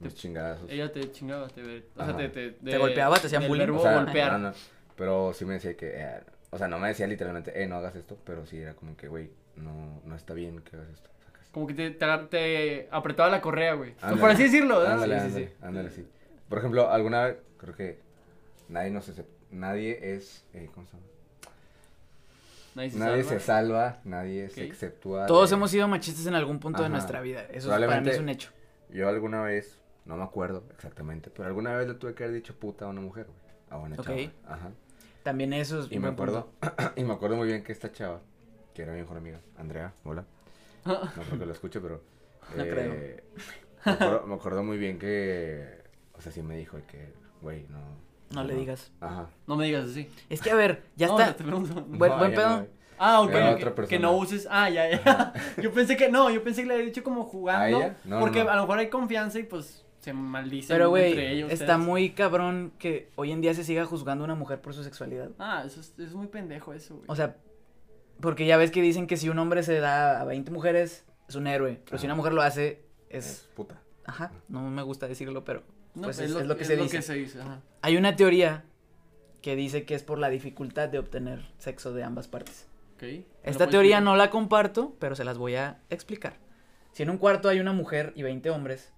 B: mis chingadazos.
C: Ella te chingaba, te ve- O sea,
B: Ajá.
C: te, te,
A: Te golpeaba, te hacían
C: del
A: bullying.
C: verbo
A: O sea,
C: golpear.
B: no, no, pero sí me decía que, eh, o sea, no me decía literalmente, eh, no hagas esto, pero sí era como que, güey, no, no está bien que hagas esto. sacas.
C: Como que te, te agar- te apretaba la correa, güey.
B: Ándale.
C: Pues, Por así decirlo, ¿verdad?
B: Ándale,
C: Sí, sí,
B: ándale, ándale, sí. Por ejemplo, alguna vez, creo que nadie nos acep- nadie es, eh, ¿cómo se llama?
C: sí. Nadie se
B: Nadie
C: salva.
B: se salva, nadie se
C: Ok.
B: exceptúa.
A: Todos
B: de-
A: hemos sido machistas en algún punto de
B: Ajá.
A: nuestra vida. Eso es- para mí
B: Probablemente-
A: es un hecho.
B: Yo alguna vez, no me acuerdo exactamente, pero alguna vez le tuve que haber dicho puta a una mujer, güey. A una
A: Ok.
B: chava. Ajá.
A: También eso es
B: Y
A: un
B: me
A: buen punto.
B: acuerdo, y me acuerdo muy bien que esta chava, que era mi mejor amiga, Andrea, hola. No creo que lo escuche, pero.
A: Ah.
B: eh,
A: No creo.
B: Me acuerdo, me acuerdo muy bien que. O sea, sí me dijo que, güey, no.
A: No le digas.
B: Ajá.
C: No me digas así.
A: Es que a ver, ya
C: No,
A: está.
C: te pregunto.
A: Buen- buen
B: ya
A: pedo.
B: no, güey.
C: Ah, ok.
B: Era
C: ok,
B: otra
C: que,
B: persona.
C: no uses. Ah, ya, ya. Yo pensé que no, yo pensé que le había dicho como jugando.
B: ¿A ella? No,
C: porque
B: no, no.
C: a lo mejor hay confianza y pues se maldicen
A: Pero,
C: entre
A: güey,
C: ellos.
A: está
C: ustedes.
A: muy cabrón que hoy en día se siga juzgando a una mujer por su sexualidad.
C: Ah, eso es, es muy pendejo eso, güey.
A: O sea, porque ya ves que dicen que si un hombre se da a 20 mujeres, es un héroe. Pero si una
B: Ajá.
A: mujer lo hace,
B: Es
A: es...
B: puta.
A: Ajá, no me gusta decirlo, pero...
C: No,
A: pues es- es lo que se dice.
C: ajá.
A: Hay una teoría que dice que es por la dificultad de obtener sexo de ambas partes.
C: Ok. pues, ¿Me lo
A: Esta
C: puedes
A: teoría
C: explicar?
A: no la comparto, pero se las voy a explicar. Si en un cuarto hay una mujer y 20 hombres,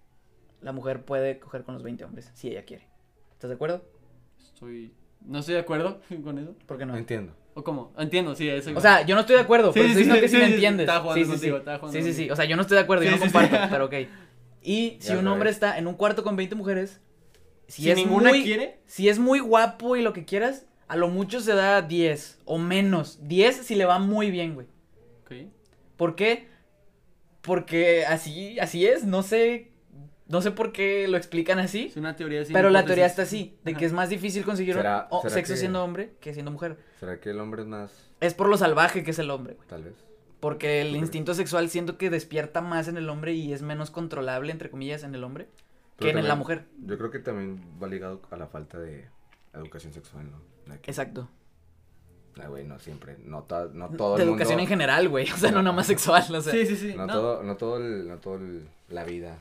A: la mujer puede coger con los 20 hombres, si ella quiere. ¿Estás de acuerdo?
C: Estoy. No estoy de acuerdo con eso.
A: ¿Por qué
B: No
A: no?
B: entiendo.
C: ¿O cómo? Entiendo, sí, eso.
A: O sea, yo no estoy de acuerdo,
C: Sí,
A: pero estoy
C: sí,
A: diciendo
C: sí,
A: que
C: sí,
A: si me
C: sí,
A: entiendes.
C: estaba jugando
A: sí, sí,
C: contigo,
A: sí.
C: estaba jugando
A: sí, sí, sí.
C: contigo.
A: O sea, yo no estoy de acuerdo,
C: Sí,
A: yo no
C: sí, sí.
A: comparto, pero ok. Y si
B: al
A: un hombre
B: revés.
A: está en un cuarto con 20 mujeres, si,
C: si
A: es
C: ninguna
A: muy,
C: quiere.
A: si es muy guapo y lo que quieras, a lo mucho se da 10 o menos. 10 si le va muy bien, güey.
C: Ok.
A: ¿Por qué? Porque así, así es, no sé, no sé por qué lo explican así,
C: Es una teoría sin
A: pero la
C: hipótesis.
A: teoría está así, de que
C: Ajá.
A: es más difícil conseguir
B: ¿Será-
A: oh,
B: será
A: sexo
B: que-
A: siendo hombre que siendo mujer.
B: ¿Será que el hombre es más,
A: Es por lo salvaje que es el hombre, güey.
B: tal vez?
A: Porque el
B: Ok.
A: instinto sexual siento que despierta más en el hombre y es menos controlable, entre comillas, en el hombre que
B: Pero
A: en la
B: también-
A: mujer.
B: Yo creo que también va ligado a la falta de educación sexual, ¿no? De que,
A: Exacto.
B: Ay, güey, no siempre. No, ta- no todo
A: de
B: el
A: educación en
B: mundo.
A: general, güey. O sea, no nada más sexual, o sea.
C: Sí, sí, sí.
B: No,
C: no.
B: todo, no todo, el- no todo el- la vida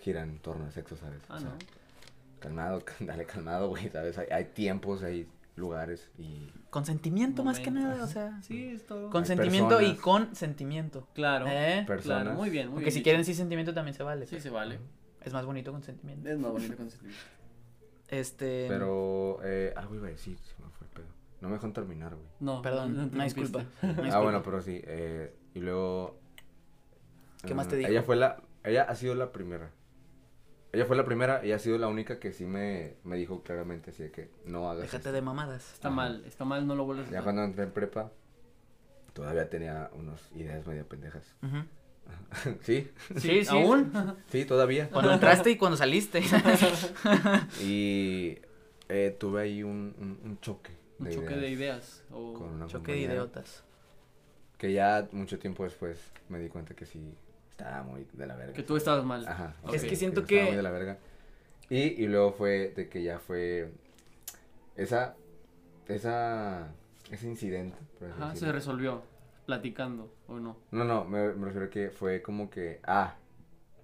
B: gira en torno al sexo, ¿sabes?
C: Ah,
B: O sea,
C: no.
B: Calmado, dale calmado, güey, ¿sabes? Hay, hay tiempos, hay lugares y...
A: Consentimiento más que
C: Momento.
A: nada, o sea.
C: Ah, Sí, es todo.
A: Consentimiento y
B: personas.
A: consentimiento.
C: Claro.
A: ¿Eh?
B: Pero-
C: Claro,
B: Personas.
C: muy bien, muy
A: Porque
C: bien.
A: si
C: dicho.
A: quieren sí sentimiento también se vale. pues.
C: Sí,
A: pero
C: se vale.
A: Es más bonito consentimiento.
C: Es más bonito consentimiento.
A: Este.
B: Pero, eh, algo iba a decir, se me fue el pedo. No me dejan terminar, güey.
C: No.
A: Perdón,
C: no
A: una disculpa.
C: interrumpiste.
A: una
B: Ah,
A: disculpa.
B: bueno, pero sí, eh, y luego...
A: ¿Qué más
B: eh,
A: te dijo?
B: Ella fue la... Ella ha sido la primera. Ella fue la primera y ha sido la única que sí me, me dijo claramente así de que no hagas
A: Déjate
B: esto.
A: de mamadas.
C: Está mal, está mal, no lo vuelvas a
B: Ya
C: hacer.
B: cuando entré en prepa, todavía tenía unas ideas medio pendejas.
A: Ujú.
B: ¿Sí?
A: Sí, sí.
C: ¿Aún?
B: Sí, todavía.
A: Cuando entraste y cuando saliste.
B: pues, Y eh, tuve ahí un, un- un choque.
C: Un choque de
B: ideas
C: ideas. o-
B: con una
A: Choque de
B: compañera
A: idiotas.
B: Que ya mucho tiempo después me di cuenta que sí estaba muy de la verga.
C: Que tú estabas mal.
B: Ajá.
C: Es
B: sí,
C: que
A: siento
B: yo estaba
A: que-
B: muy de la verga. Y, y luego fue de que ya fue. Esa. Esa. Ese incidente. por así
C: Ajá, se
B: decirlo.
C: resolvió. Platicando, ¿o no?
B: No, no, me, me refiero a que fue como que. Ah,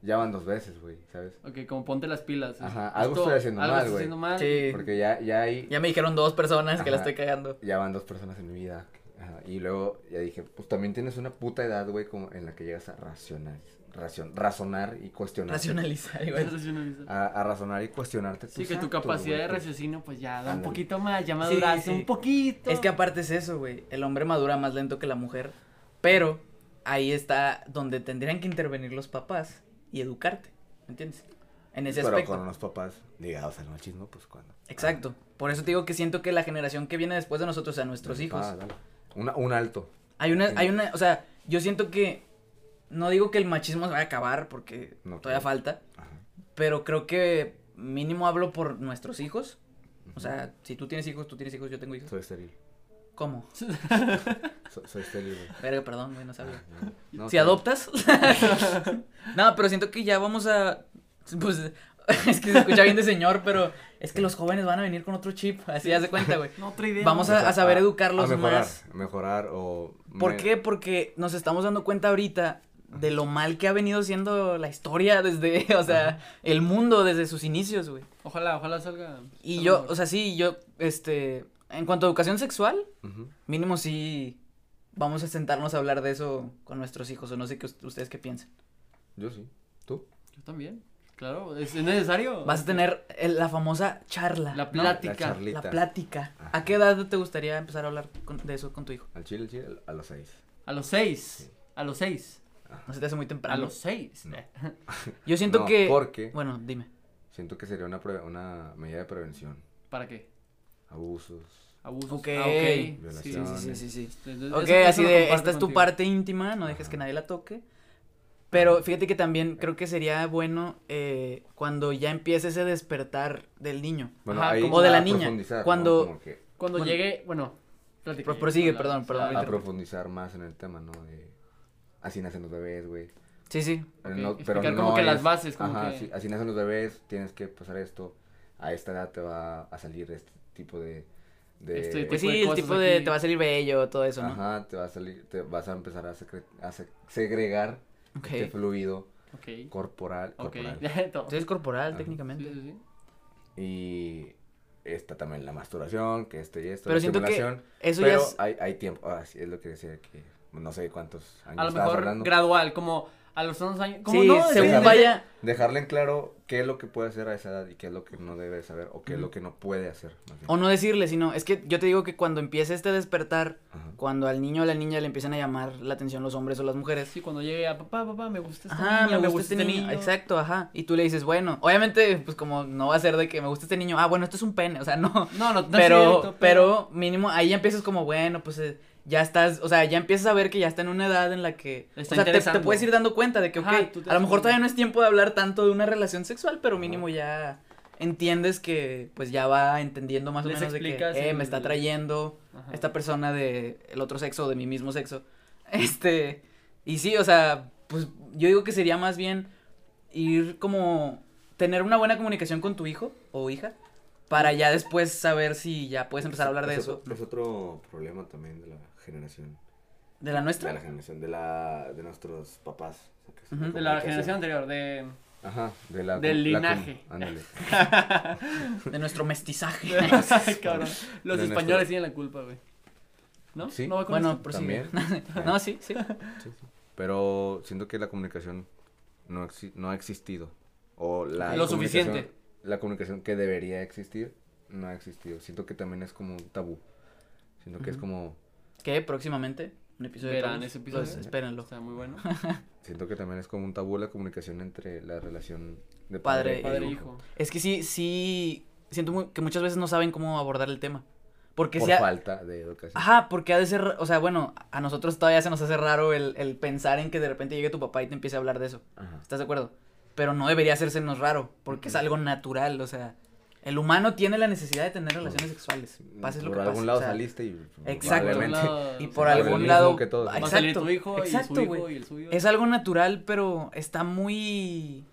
B: ya van dos veces, güey, ¿sabes?
C: Ok, como ponte las pilas.
B: Ajá, algo estoy haciendo
C: algo
B: mal,
C: estás
B: güey.
C: haciendo mal.
A: Sí.
B: Porque ya, ya ahí.
A: Ya me dijeron dos personas que la
B: Ajá.
A: estoy cagando.
B: ya van dos personas en mi vida. Ajá, Y luego ya dije, pues también tienes una puta edad, güey, como en la que llegas a racional, racion- razonar y cuestionar.
A: Racionalizar, igual.
C: Racionalizar.
B: A, a razonar y cuestionarte.
C: Sí,
B: tus
C: que tu
B: actos,
C: capacidad
B: Ah, güey,
C: de
B: que-
C: raciocinio, pues ya da un
B: Ándale.
C: poquito más, ya
A: Sí,
C: maduraste
A: sí.
C: un poquito.
A: Es que aparte es eso, güey. El hombre madura más lento que la mujer. Pero ahí está donde tendrían que intervenir los papás y educarte. ¿Me entiendes? En ese
B: Pero
A: aspecto.
B: con unos papás ligados al machismo, pues cuando.
A: Exacto. Por eso te digo que siento que la generación que viene después de nosotros, o sea, nuestros
B: Ah,
A: hijos,
B: dale. Una- un alto.
A: hay una,
B: Sí.
A: hay una, o sea, yo siento que, no digo que el machismo se va a acabar porque
B: No
A: todavía
B: creo.
A: falta,
B: Ajá.
A: pero creo que mínimo hablo por nuestros hijos. O sea, si tú tienes hijos, tú tienes hijos, yo tengo hijos.
B: Soy estéril.
A: ¿Cómo?
B: So- soy estéril, güey.
A: Verga, perdón, güey, no sabía.
B: Ah, no,
A: si
B: está bien.
A: adoptas. no, pero siento que ya vamos a. Pues es que se escucha bien de señor, pero es que los jóvenes van a venir con otro chip. Así haz de cuenta, güey.
C: No, otra idea.
A: Vamos a- saber educarlos
B: a mejorar,
A: más.
B: Mejorar o.
A: ¿Por
B: me-
A: qué? Porque nos estamos dando cuenta ahorita de lo mal que ha venido siendo la historia desde, o sea, el mundo desde sus inicios, güey.
C: Ojalá, ojalá salga.
A: Y
C: salga
A: yo,
C: mejor.
A: o sea, sí, yo, este, en cuanto a educación sexual,
B: Ujú.
A: mínimo sí vamos a sentarnos a hablar de eso con nuestros hijos, o no sé qué us- ustedes qué piensan.
B: Yo sí. ¿Tú?
C: Yo también. Claro, es es necesario.
A: Vas a tener el- la famosa charla.
C: La
A: ¿no?
C: plática.
B: charlita.
A: La plática.
B: Ajá.
A: ¿A qué edad te gustaría empezar a hablar con- de eso con tu hijo?
B: Al chile, al chile, a los seis.
C: A los seis. A los seis.
A: No se te hace muy
C: A
A: temprano.
C: los seis.
B: No.
C: Eh.
A: Yo siento
B: No,
A: que.
B: Porque
A: Bueno, dime.
B: siento que sería una, pre- una medida de prevención.
C: ¿Para qué?
B: Abusos.
C: Abusos.
A: Ok.
C: Ah, ok. Sí, sí,
B: Violaciones.
C: sí, sí.
A: sí.
C: Entonces,
A: Ok,
C: eso-
A: así
C: eso lo
A: de.
C: comparto
A: Esta es tu
C: contigo.
A: parte íntima, no dejes que nadie la toque. Pero fíjate que también creo que sería bueno eh, cuando ya empiece ese despertar del niño.
C: Ajá, como-
A: o de la
B: a
A: niña,
B: profundizar, ¿no?
A: cuando-
B: Como que
C: Cuando
A: Bueno.
C: llegue, bueno, platica.
A: Pro- prosigue,
C: Habla- Ah,
A: perdón, perdón,
C: habla-
B: a
A: Ahorita-
B: profundizar más en el tema, ¿no? De así nacen los bebés, güey.
A: Sí, sí.
B: Pero
C: Ok,
B: no- pero
C: explicar
B: no
C: como que las
B: es-
C: bases, como
B: ajá,
C: que-
B: sí, así nacen los bebés, tienes que pasar esto. A esta edad te va a salir este tipo de. de-
C: Este
A: Pues
C: tipo de
A: sí, el
C: cosas
A: tipo de.
C: aquí.
A: Te va a salir bello, todo eso, ¿no?
B: Ajá, te va a salir, te vas a empezar a, secre- a se- segregar
A: Ok.
B: este fluido
C: Ok.
B: corporal,
C: Ok.
B: corporal.
C: Todo.
A: Entonces es corporal,
B: Ajá.
A: técnicamente.
C: Sí, sí, sí.
B: Y está también la masturbación, que esto y esto,
A: Pero
B: la
A: siento que
B: estimulación.
A: Eso
B: pero ah,
A: ya es.
B: hay, hay tiempo, ahora sí, es lo que decía que no sé cuántos años
C: A lo
B: estabas
C: mejor
B: hablando.
C: gradual, como a los 11 años. Como
A: Sí,
C: no, es
A: según
C: que-
B: desde-
A: vaya.
B: Dejarle en claro qué es lo que puede hacer a esa edad y qué es lo que no debe saber o qué es
A: Ujú.
B: lo que no puede hacer. más bien.
A: O no decirle, sino. Es que yo te digo que cuando empiece este despertar,
B: Ajá.
A: cuando al niño o la niña le empiezan a llamar la atención los hombres o las mujeres.
C: Sí, cuando llegue a papá, papá, me gusta esta
A: Ajá,
C: niña,
A: me gusta este niño.
C: niño.
A: Exacto, ajá. Y tú le dices, bueno, obviamente, pues como no va a ser de que me gusta este niño, ah, bueno, esto es un pene, o sea, no.
C: No, no, no es
A: Pero,
C: cierto,
A: pero mínimo, ahí ya empiezas como, bueno, pues eh, ya estás, o sea, ya empiezas a ver que ya está en una edad en la que.
C: Está
A: o sea, te- te,
C: interesando.
A: puedes ir dando cuenta de que, ok,
C: Ajá, tú te
A: a lo
C: das
A: mejor
C: cuenta.
A: todavía no es tiempo de hablar tanto de una relación sexual, pero
B: Ajá.
A: mínimo ya entiendes que, pues ya va entendiendo más o
C: Les
A: menos de que,
C: explicas
A: eh, me
C: el-
A: está trayendo
C: Ajá.
A: esta persona de el otro sexo o de mi mismo sexo. Este, y sí, o sea, pues yo digo que sería más bien ir como tener una buena comunicación con tu hijo o hija para ya después saber si ya puedes empezar a hablar de
B: Es
A: eso.
B: otro- Es otro problema también de la generación.
A: ¿De la
B: De la
A: nuestra?
B: generación, de, la, de nuestros papás. o sea, que es
A: Ujú.
B: una
C: De la generación
B: comunicación.
C: anterior, de.
B: Ajá, de la.
C: Del
B: la-
C: linaje.
B: ándale.
A: De nuestro mestizaje.
C: Cabrón. Los
B: De nuestro-
C: españoles tienen la culpa, güey. ¿No?
B: Sí.
C: ¿No va con
A: bueno,
C: esto?
A: prosigue.
B: También.
A: no, sí, sí.
B: Sí, sí. Pero siento que la comunicación no, exi- no ha existido. O la
C: Lo
B: comunicación-
C: suficiente.
B: La comunicación que debería existir no ha existido. Siento que también es como un tabú. Siento que es
A: Ujú.
B: como.
A: Que próximamente un episodio de
C: Verán
A: tabús.
C: ese episodio.
A: Pues, espérenlo.
C: Está muy bueno.
B: Siento que también es como un tabú la comunicación entre la relación de
A: Padre
B: padre,
C: Padre
B: e
C: e
A: Hijo.
C: hijo.
A: Es que sí, sí siento muy- que muchas veces no saben cómo abordar el tema. Porque
B: Por
A: si ha-
B: falta de educación.
A: Ajá, porque ha de ser, o sea, bueno, a nosotros todavía se nos hace raro el, el pensar en que de repente llegue tu papá y te empiece a hablar de eso.
B: Ajá.
A: ¿Estás de acuerdo? Pero no debería hacérsenos raro, porque es algo natural, o sea, el humano tiene la necesidad de tener relaciones sexuales, pases lo
B: por
A: que
B: algún
A: pase,
B: lado
A: o sea,
B: saliste y.
A: Exacto.
C: Por algún
B: probablemente-
C: lado,
A: y
C: o
A: por
C: sea,
B: el
A: algún
B: mismo
A: lado
B: que todos.
A: va
C: Va a salir
A: exacto,
C: tu hijo y
A: exacto,
C: su hijo
A: güey.
C: y el suyo.
A: Es algo natural, pero está muy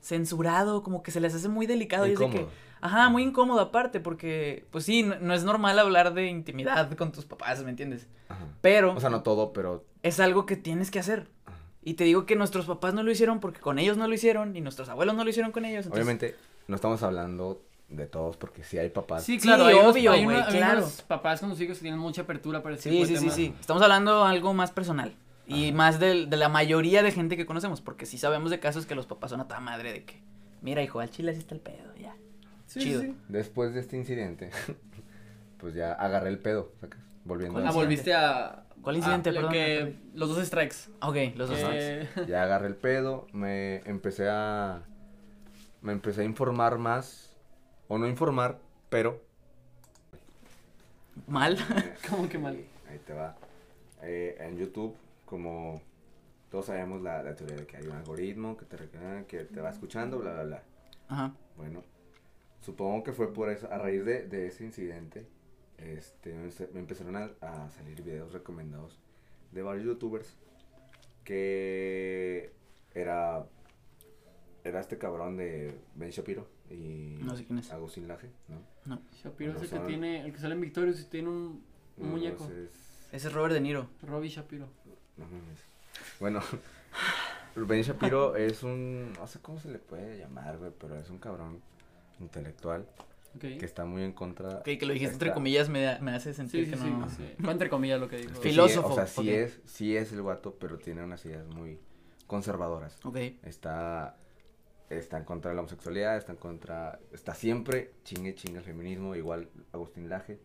A: censurado, como que se les hace muy delicado y es de
B: Incómodo.
A: que Ajá, muy incómodo aparte, porque, pues sí, no, no es normal hablar de intimidad con tus papás, ¿me entiendes?
B: Ajá.
A: Pero
B: O sea, no todo, pero.
A: es algo que tienes que hacer.
B: Ajá.
A: Y te digo que nuestros papás no lo hicieron porque con ellos no lo hicieron y nuestros abuelos no lo hicieron con ellos. entonces-
B: Obviamente, no estamos hablando de todos porque sí hay papás.
C: Sí,
A: Sí,
C: claro, hay unos-
A: obvio,
C: hay
A: güey,
C: unos- hay
A: claro.
C: unos papás con sus hijos que tienen mucha apertura para
A: Sí,
C: ese tipo de
A: sí, sí,
C: temas.
A: sí. Estamos hablando de algo más personal. Y
B: Ajá.
A: más del- de, la mayoría de gente que conocemos, porque sí sabemos de casos que los papás son a toda madre de que, mira hijo, al chile así está el pedo, ya.
C: Sí,
A: Chido.
C: sí, sí.
B: Después de este incidente, pues ya agarré el pedo, ¿sacas? Volviendo
A: ¿Cuál
C: Ah,
B: a-
C: volviste a.
A: ¿Cuál incidente?
C: a lo
A: Perdón,
C: que-
A: me perdí.
C: los dos strikes.
A: Ok, los dos.
B: Ajá.
A: strikes.
C: Eh,
B: Ya agarré el pedo, me empecé a... Me empecé a informar más, o no informar, pero...
A: Mal.
C: ¿Cómo que mal?
B: Ahí te va. Eh, en YouTube, como todos sabemos la, la teoría de que hay un algoritmo que te, re- que te va escuchando, bla, bla, bla.
A: Ajá.
B: Bueno, supongo que fue por eso, a raíz de, de ese incidente, este, me empe- me empezaron a, a salir videos recomendados de varios youtubers que era, era este cabrón de Ben Shapiro y
A: No sé quién es.
B: Agustín Laje, ¿no?
C: Shapiro es el que
B: Razón.
C: tiene. El que sale en Victorious y tiene un,
B: No,
C: un muñeco.
B: ese es-
A: Ese es Robert De Niro.
C: Robbie Shapiro.
B: no mames. Bueno, Ben Shapiro es un, no sé cómo se le puede llamar, güey, pero es un cabrón intelectual
C: Ok.
B: que está muy en contra.
A: Ok, que lo dijiste entre
B: Está-
A: comillas me, da- me hace
C: Sí,
A: sentir
C: sí,
A: que
C: sí,
A: no.
C: sí. Fue entre comillas lo que dijo.
B: Es que sí,
A: Filósofo,
B: o sea, sí
A: ok.
B: es, sí es el guato, pero tiene unas ideas muy conservadoras.
A: Ok.
B: Está, está en contra de la homosexualidad, está en contra, está siempre chingue chingue el feminismo, igual Agustín Laje,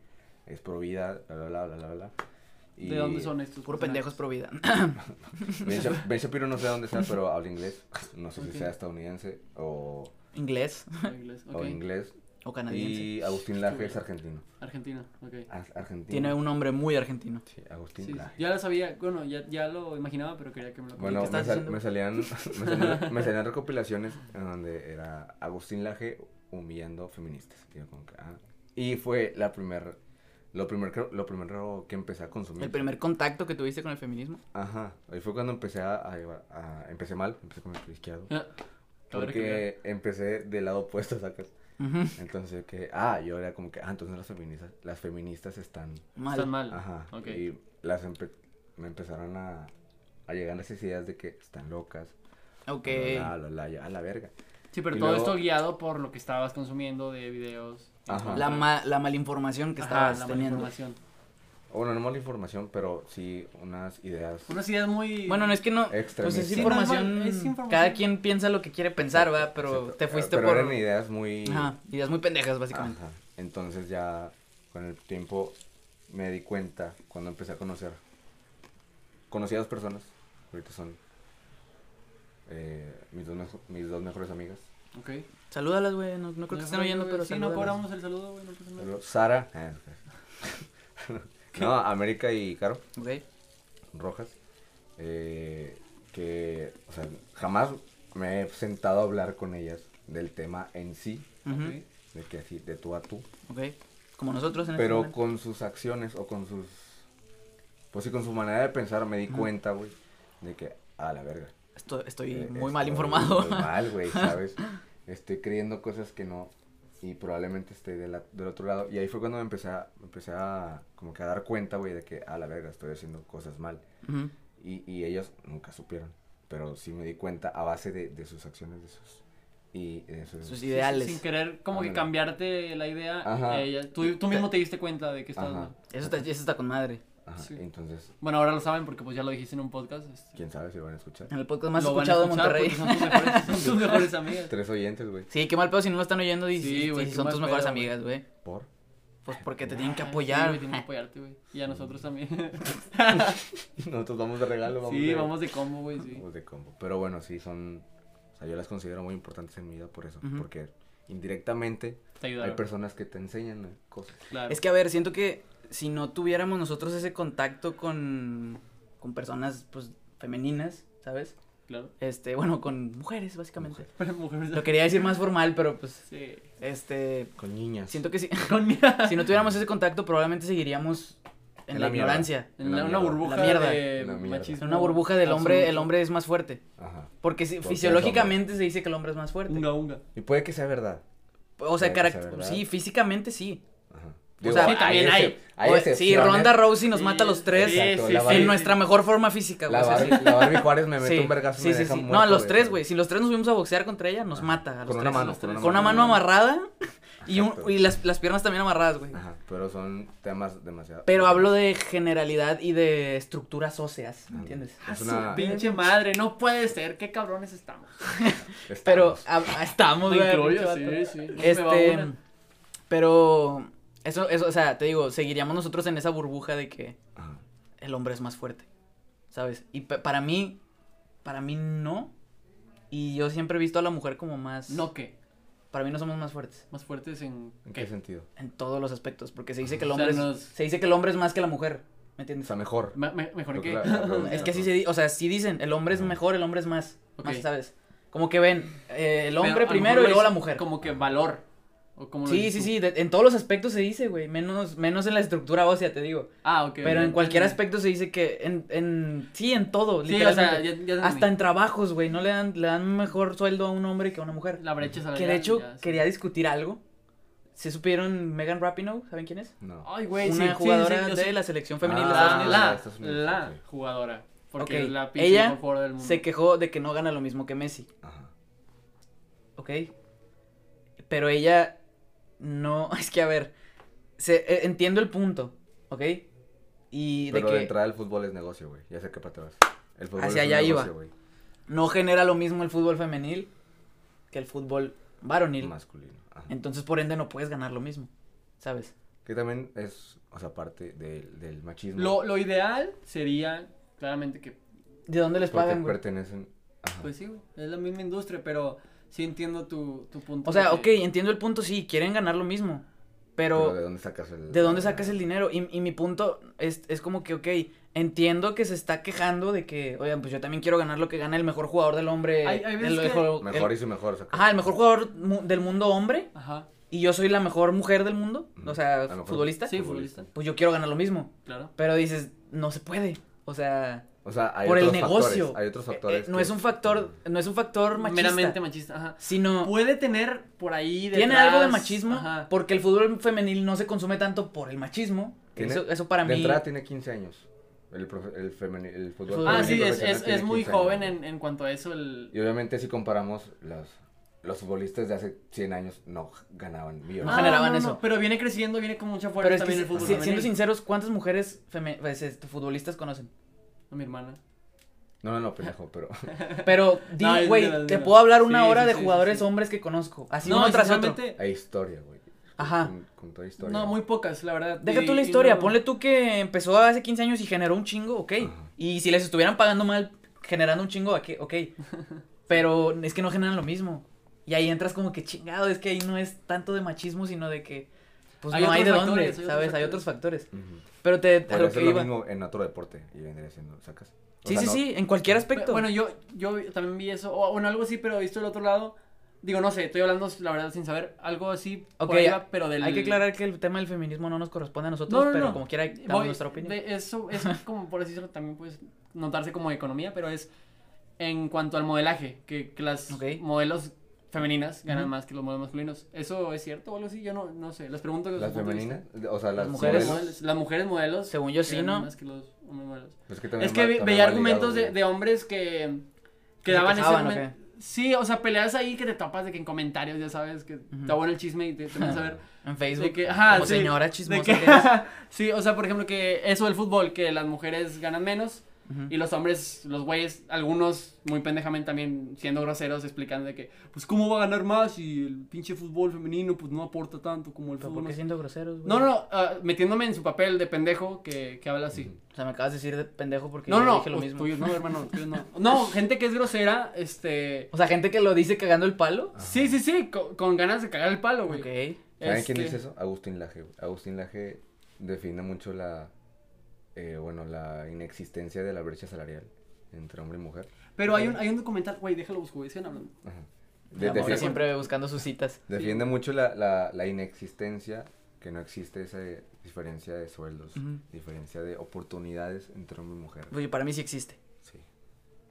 B: es pro vida, bla bla bla bla bla. bla. Y
C: ¿De dónde son estos?
A: Puro
C: personajes?
A: pendejos pro vida.
B: Ben, Sha- Ben Shapiro no sé de dónde sea, pero habla inglés. No sé
C: Ok.
B: si sea estadounidense o,
A: Inglés
C: En inglés,
B: o
C: ok.
B: inglés.
A: o canadiense.
B: Y Agustín Laje es argentino.
C: Argentina, ok.
B: Ar- argentino.
A: Tiene un nombre muy argentino.
B: Sí, Agustín
C: Sí, sí.
B: Laje.
C: Ya lo sabía, bueno, ya, ya lo imaginaba, pero quería que me lo
B: Bueno,
A: estás
B: me,
C: comentaras.
B: sal-
A: diciendo?
B: me salían, me, salían, me salían recopilaciones en donde era Agustín Laje humillando feministas. Y, yo como que, ah. Y fue la primer, lo primer que, lo primero que empecé a consumir.
A: El primer contacto que tuviste con el feminismo.
B: Ajá. Ahí fue cuando empecé a, a llevar- a- empecé mal, empecé con el pie izquierdo.
C: Ah, A ver,
B: Porque empecé del lado opuesto, sacas.
A: Ujú.
B: Entonces que, ah, yo era como que, ah, entonces las feministas, las feministas están
A: Mal.
C: Están mal.
B: Ajá.
C: Ok.
B: Y las empe- me empezaron a, a llegar esas ideas de que están locas.
A: Ok.
B: bla, bla, bla, ya, a la verga.
C: Sí, pero
B: Y
C: todo
B: luego-
C: esto guiado por lo que estabas consumiendo de videos.
B: Ajá.
A: La, ma- la malinformación que
C: Ajá,
A: estabas
C: la
A: teniendo.
C: información.
B: Bueno, no mala información, pero sí unas ideas.
C: Unas ideas muy...
A: Bueno, no es que no.
B: Extra
A: Pues es
B: Sí,
A: información,
C: normal, es información.
A: Cada quien piensa lo que quiere pensar, ¿verdad? Pero
B: Exacto.
A: te
B: Eh,
A: fuiste
B: pero
A: por.
B: eran ideas muy.
A: Ajá, ideas muy pendejas, básicamente.
B: Ajá. Entonces ya con el tiempo me di cuenta cuando empecé a conocer. Conocí a dos personas. Ahorita son eh, mis, dos mejo- mis dos mejores amigas.
C: Ok.
A: Salúdalas, güey. No, no creo que estén oyendo, pero
C: Sí, no
A: salúdalas.
C: cobramos el saludo, güey, no pasa nada.
B: Pero Sara. ah, no, América y Caro.
A: Ok.
B: Rojas, eh, que o sea, jamás me he sentado a hablar con ellas del tema en sí,
A: Ujú.
C: Ok.
B: de que así, de tú a tú,
A: Ok. Como nosotros en este
B: pero
A: momento.
B: con sus acciones o con sus, pues sí, con su manera de pensar me di cuenta, güey, de que, a la verga.
A: Esto- Estoy
B: eh,
A: muy mal
B: estoy
A: informado.
B: Muy mal, güey, ¿sabes? Estoy creyendo cosas que no, y probablemente esté de la- del otro lado, y ahí fue cuando me empecé a, me empecé a, como que a dar cuenta, güey, de que, a la verga, estoy haciendo cosas mal.
A: Ujú.
B: Y, y ellos nunca supieron. Pero sí me di cuenta a base de, de sus acciones, de sus. Y de sus.
A: Sus
C: Sí, sí,
A: ideales.
C: Sin querer como que
B: Ándale.
C: cambiarte la idea.
B: Ajá.
C: eh, ya- tú, tú mismo te diste cuenta de que estabas
B: Ajá.
C: mal.
A: Eso está, eso está con madre.
B: Ajá,
C: sí.
B: Entonces,
C: Bueno, ahora lo saben porque pues ya lo dijiste en un podcast. este,
B: quién sabe si lo van a escuchar.
A: En el podcast más
C: lo van a
A: escuchado de Monterrey.
C: escuchar porque Son tus mejores, son tus mejores amigas.
B: Tres oyentes, güey.
A: Sí, qué mal pedo si no lo están oyendo y
C: Sí,
A: si-
C: güey,
A: si
C: qué
A: son
C: mal
A: tus mejores
C: pedo,
A: amigas, güey.
B: Por.
A: Pues porque te tienen que
C: Ah, sí,
A: apoyar.
C: güey, tienen que apoyarte, güey. Y a nosotros también.
B: Nosotros vamos de regalo, vamos.
C: sí,
B: de,
C: vamos de combo, güey, sí.
B: vamos de combo. Pero bueno, sí, son. O sea, yo las considero muy importantes en mi vida por eso.
A: Ujú.
B: Porque indirectamente
C: Te
B: hay
C: ayudaron.
B: personas que te enseñan eh, cosas.
C: Claro.
A: Es que, a ver, siento que si no tuviéramos nosotros ese contacto con, con personas, pues, femeninas, ¿sabes?
C: Claro.
A: Este, bueno, con mujeres, básicamente.
B: Mujeres.
C: Pero mujeres-
A: Lo quería decir más formal, pero pues,
C: Sí.
A: este,
B: Con niñas.
A: siento que si,
C: Con mi-
A: si no tuviéramos ese contacto probablemente seguiríamos en,
B: En
A: la,
B: la mierda.
A: ignorancia.
C: En la-
B: La
C: una
B: mierda.
C: burbuja
A: La mierda.
C: de
B: La mierda.
A: En
C: machismo.
A: una burbuja del hombre, el
C: absoluto.
A: hombre es más fuerte.
B: Ajá.
A: Porque si-
B: Porque es
A: fisiológicamente se dice que el hombre es más fuerte.
C: Unga, unga.
B: Y puede que sea verdad.
A: O sea,
B: Puede que sea
A: carac-
B: verdad.
A: sí, físicamente sí.
B: Ajá.
A: sea,
C: sí, también
B: excep-
C: hay.
A: O- sí,
B: excepciones.
A: Ronda Rousey nos
C: Sí,
A: mata a los tres
C: sí,
B: Exacto,
C: sí,
B: la
C: sí,
B: Barbie-
A: en
C: sí.
A: nuestra mejor forma física. güey.
B: La
A: O sea,
B: Barbie,
A: sí.
B: la Barbie Juárez me mete
A: Sí,
B: un vergazo y
A: sí,
B: me
A: sí,
B: deja
A: sí.
B: muerto.
A: No, a los tres, güey. Si los tres nos fuimos a boxear contra ella, nos
B: Ajá.
A: mata. a los
B: Con una
A: tres.
B: mano,
A: Los
B: con
A: tres.
B: una
A: Con una
B: mano.
A: mano amarrada, Y, un-
B: Exacto.
A: y las, las piernas también amarradas, güey.
B: Ajá, pero son temas demasiado.
A: Pero hablo de generalidad y de estructuras óseas, ¿me
B: Ah,
A: entiendes?
C: A
B: Es
C: su
B: una-
C: pinche madre, no puede ser, qué cabrones estamos.
B: Estamos.
A: Pero a- a- estamos,
C: Me
A: güey.
C: incluyo,
A: pinche vato.
C: sí, sí. No se me va
A: Este,
C: una.
A: pero eso, eso, o sea, te digo, seguiríamos nosotros en esa burbuja de que
B: Ajá.
A: el hombre es más fuerte, ¿sabes? Y pa- para mí, para mí no. Y yo siempre he visto a la mujer como más.
C: No, ¿qué?
A: Para mí no somos más fuertes
C: Más fuertes en...
B: ¿En qué
C: ¿qué?
B: sentido?
A: en todos los aspectos, porque se dice que el
C: O sea,
A: hombre, es-
C: nos-
A: se dice que el hombre es más que la mujer, ¿me entiendes?
B: Está mejor.
C: Me- me- mejor
B: Creo
C: en qué.
B: que la- la pregunta
A: Es que así se di- o sea, sí dicen, el hombre es
B: Ajá.
A: mejor, el hombre es más,
C: Ok.
A: más, ¿sabes? Como que ven, eh, el hombre
C: Pero a lo
A: primero
C: mejor
A: y
C: lo
A: luego la
C: dicen
A: mujer.
C: Como que valor. O como lo
A: Sí,
C: dices
A: sí,
C: tú.
A: sí, de- en todos los aspectos se dice, güey, menos, menos en la estructura ósea, te digo.
C: Ah, ok.
A: Pero
C: ok.
A: en cualquier aspecto se dice que, en, en sí, en todo,
C: Sí, o sea,
A: literalmente.
C: ya, ya
A: Hasta en
C: entendí.
A: trabajos, güey, no le dan, le dan mejor sueldo a un hombre que a una mujer.
C: La brecha salarial.
A: Que de hecho,
C: ya, sí.
A: quería discutir algo. ¿Se supieron Megan Rapinoe? ¿Saben quién es?
B: No.
C: Ay, güey, sí,
A: una
C: sí, sí,
A: jugadora
C: yo
A: de
C: sé.
A: la selección femenil de
B: Ah,
A: Estados
C: la,
A: Unidos.
C: la,
B: Estados Unidos,
C: la
B: ok.
C: jugadora. Porque
A: Ok,
C: es la pinche
A: ella
C: mejor jugadora del mundo.
A: Se quejó de que no gana lo mismo que Messi,
B: Ajá.
A: ¿ok? Pero ella no, es que a ver, se, eh, entiendo el punto, ¿ok? Y
B: Pero
A: de
B: de
A: que
B: entrada el fútbol es negocio, güey. Ya sé qué parte vas. El fútbol
A: Hacia
B: es un
A: allá iba.
B: negocio, güey.
A: no genera lo mismo el fútbol femenil que el fútbol varonil.
B: Masculino. Ajá.
A: Entonces, por ende, no puedes ganar lo mismo, ¿sabes?
B: Que también es, o sea, parte del, del machismo.
C: Lo, lo ideal sería, claramente, que.
A: ¿De dónde les
B: porque
A: pagan, güey?
B: pertenecen. Ajá.
C: Pues sí, güey. Es la misma industria, pero sí entiendo tu, tu punto.
A: O sea,
C: de
A: ok,
C: que-
A: entiendo el punto, sí, quieren ganar lo mismo,
B: pero
A: pero...
B: ¿de dónde sacas el
A: ¿De dónde sacas el dinero? Y, y mi punto es, es como que, ok, entiendo que se está quejando de que, oigan, pues yo también quiero ganar lo que gana el mejor jugador del hombre.
C: Hay- hay veces
A: el
C: que-
A: mejor-
B: Mejor
A: el-
B: y su mejor. o sea, que-
A: Ajá, el mejor jugador mu- del mundo hombre.
C: Ajá.
A: Y yo soy la mejor mujer del mundo.
B: Ujú.
A: O sea,
B: La mejor
A: futbolista.
C: Sí, futbolista.
A: Pues yo quiero ganar lo mismo.
C: Claro.
A: Pero dices, no se puede. O sea,
B: O sea, hay
A: por el
B: otros factores,
A: negocio.
B: hay otros
A: eh, eh,
B: factores.
A: no
B: que-
A: es un factor, no es un factor machista.
C: Meramente machista. Ajá.
A: Sino
C: Puede tener por ahí.
A: tiene
C: detrás,
A: algo de machismo
C: Ajá.
A: porque el fútbol femenil no se consume tanto por el machismo. que
B: Tiene-
A: Eso, eso para
B: de
A: mí.
B: entrada tiene 15 años. El, profe- el, femeni- el fútbol.
C: Ah,
A: Fútbol
C: sí,
B: femenil
C: es,
B: profesional
C: es,
B: tiene
C: es muy
B: 15 años.
C: joven en, en cuanto a eso. El...
B: Y obviamente si comparamos los, los futbolistas de hace 100 años no ganaban
A: No
B: millones.
A: Ah, generaban eso.
C: pero viene creciendo, viene con mucha fuerza
A: Pero es que,
C: también el
A: si-
C: fútbol.
A: si- siendo
C: femenil.
A: sinceros, ¿cuántas mujeres feme- pues, este, futbolistas conocen?
C: A mi hermana.
B: No, no, no, pendejo, pero...
A: Pero, di,
C: No, es
A: güey,
C: verdad, es
A: te
C: verdad.
A: puedo hablar una
C: Sí,
A: hora
C: sí,
A: de
C: sí, sí,
A: jugadores
C: sí.
A: hombres que conozco. Así
C: No,
A: uno tras otro.
C: sinceramente,
B: Hay historia, güey.
A: Ajá.
B: Con, con toda historia.
C: No, muy pocas, la verdad.
A: Deja
C: Y-
A: tú la
C: y
A: historia.
C: no-
A: Ponle tú que empezó hace 15 años y generó un chingo, ok.
B: Ajá.
A: Y si les estuvieran pagando mal, generando un chingo, ok. ok. Pero es que no generan lo mismo. Y ahí entras como que chingado, es que ahí no es tanto de machismo, sino de que. Pues
C: Hay
A: no hay de
C: otros
A: dónde,
C: factores, hay otros
A: ¿sabes? Hay
C: factores.
A: otros factores.
B: Ujú.
A: Pero te. A
B: Podría
A: lo
B: ser
A: que
B: lo
A: iba.
B: mismo en otro deporte y vendría siendo, ¿sacas? O
A: Sí,
B: sea,
A: sí,
B: no-
A: sí, en cualquier aspecto.
C: Bueno, yo, yo también vi eso. O bueno, algo así, pero he visto el otro lado. Digo, no sé, estoy hablando la verdad sin saber. Algo así.
A: Ok,
C: por ahí va, pero del.
A: Hay que aclarar que el tema del feminismo no nos corresponde a nosotros,
C: No, no,
A: pero
C: no.
A: como quiera
C: Voy-
A: damos nuestra opinión.
C: de- eso es como, por así decirlo, también puedes notarse como economía, pero es en cuanto al modelaje, que, que las
A: Ok.
C: modelos femeninas ganan
A: Ujú.
C: más que los modelos masculinos. ¿Eso es cierto o algo así? Yo no, no sé. Les pregunto. desde
B: Las
C: su punto de
B: femeninas, o sea, las,
A: Las mujeres.
C: Mujeres
B: mujeres.
C: modelos, las mujeres modelos.
A: Según yo sí,
C: ganan
A: ¿no?
C: Más que los hombres modelos.
B: Pues que también
C: Es que
B: va-
C: ve-
B: también
C: veía
B: va ligado,
C: argumentos de,
B: güey.
C: de hombres que,
A: ¿Que
C: que
A: se
C: daban ese
A: quejaban o
C: argumento. Sí, o sea, peleas ahí que te tapas de que en comentarios, ya sabes, que está bueno el chisme y te, te van a saber.
A: En Facebook.
C: De que, ajá,
A: como
C: sí,
A: señora
C: de
A: chismosa.
C: que-
A: que eres.
C: sí, o sea, por ejemplo, que eso del fútbol, que las mujeres ganan menos
A: Ujú.
C: y los hombres, los güeyes, algunos muy pendejamente también siendo groseros, explicando de que, pues, ¿cómo va a ganar más si el pinche fútbol femenino, pues, no aporta tanto como el
A: Pero ¿por
C: fútbol?
A: qué
C: mas-".
A: siendo groseros, güey?
C: No, no, no, ah, metiéndome en su papel de pendejo que, que habla así.
A: O sea, me acabas de decir de pendejo porque
C: No,
A: yo
C: no,
A: dije lo
C: pues,
A: mismo.
C: tuyos no, hermano, tuyos no. No, gente que es grosera, este...
A: O sea, gente que lo dice cagando el palo.
C: Ah, Sí, sí, sí, con, con ganas de cagar el palo, güey.
A: Ok.
B: ¿Saben quién
C: Este,
B: dice eso? Agustín Laje. güey. Agustín Laje defiende mucho la, eh, bueno, la inexistencia de la brecha salarial entre hombre y mujer.
C: Pero hay un, hay un documental, güey, déjalo busco, güey, sigan hablando.
B: Ajá. De-
A: La morra
B: defiende,
C: defiendo-
A: siempre buscando sus citas.
B: defiende mucho la, la, la inexistencia, que no existe esa eh, diferencia de sueldos,
A: Ujú.
B: diferencia de oportunidades entre hombre y mujer.
A: Oye, para mí sí existe.
B: Sí.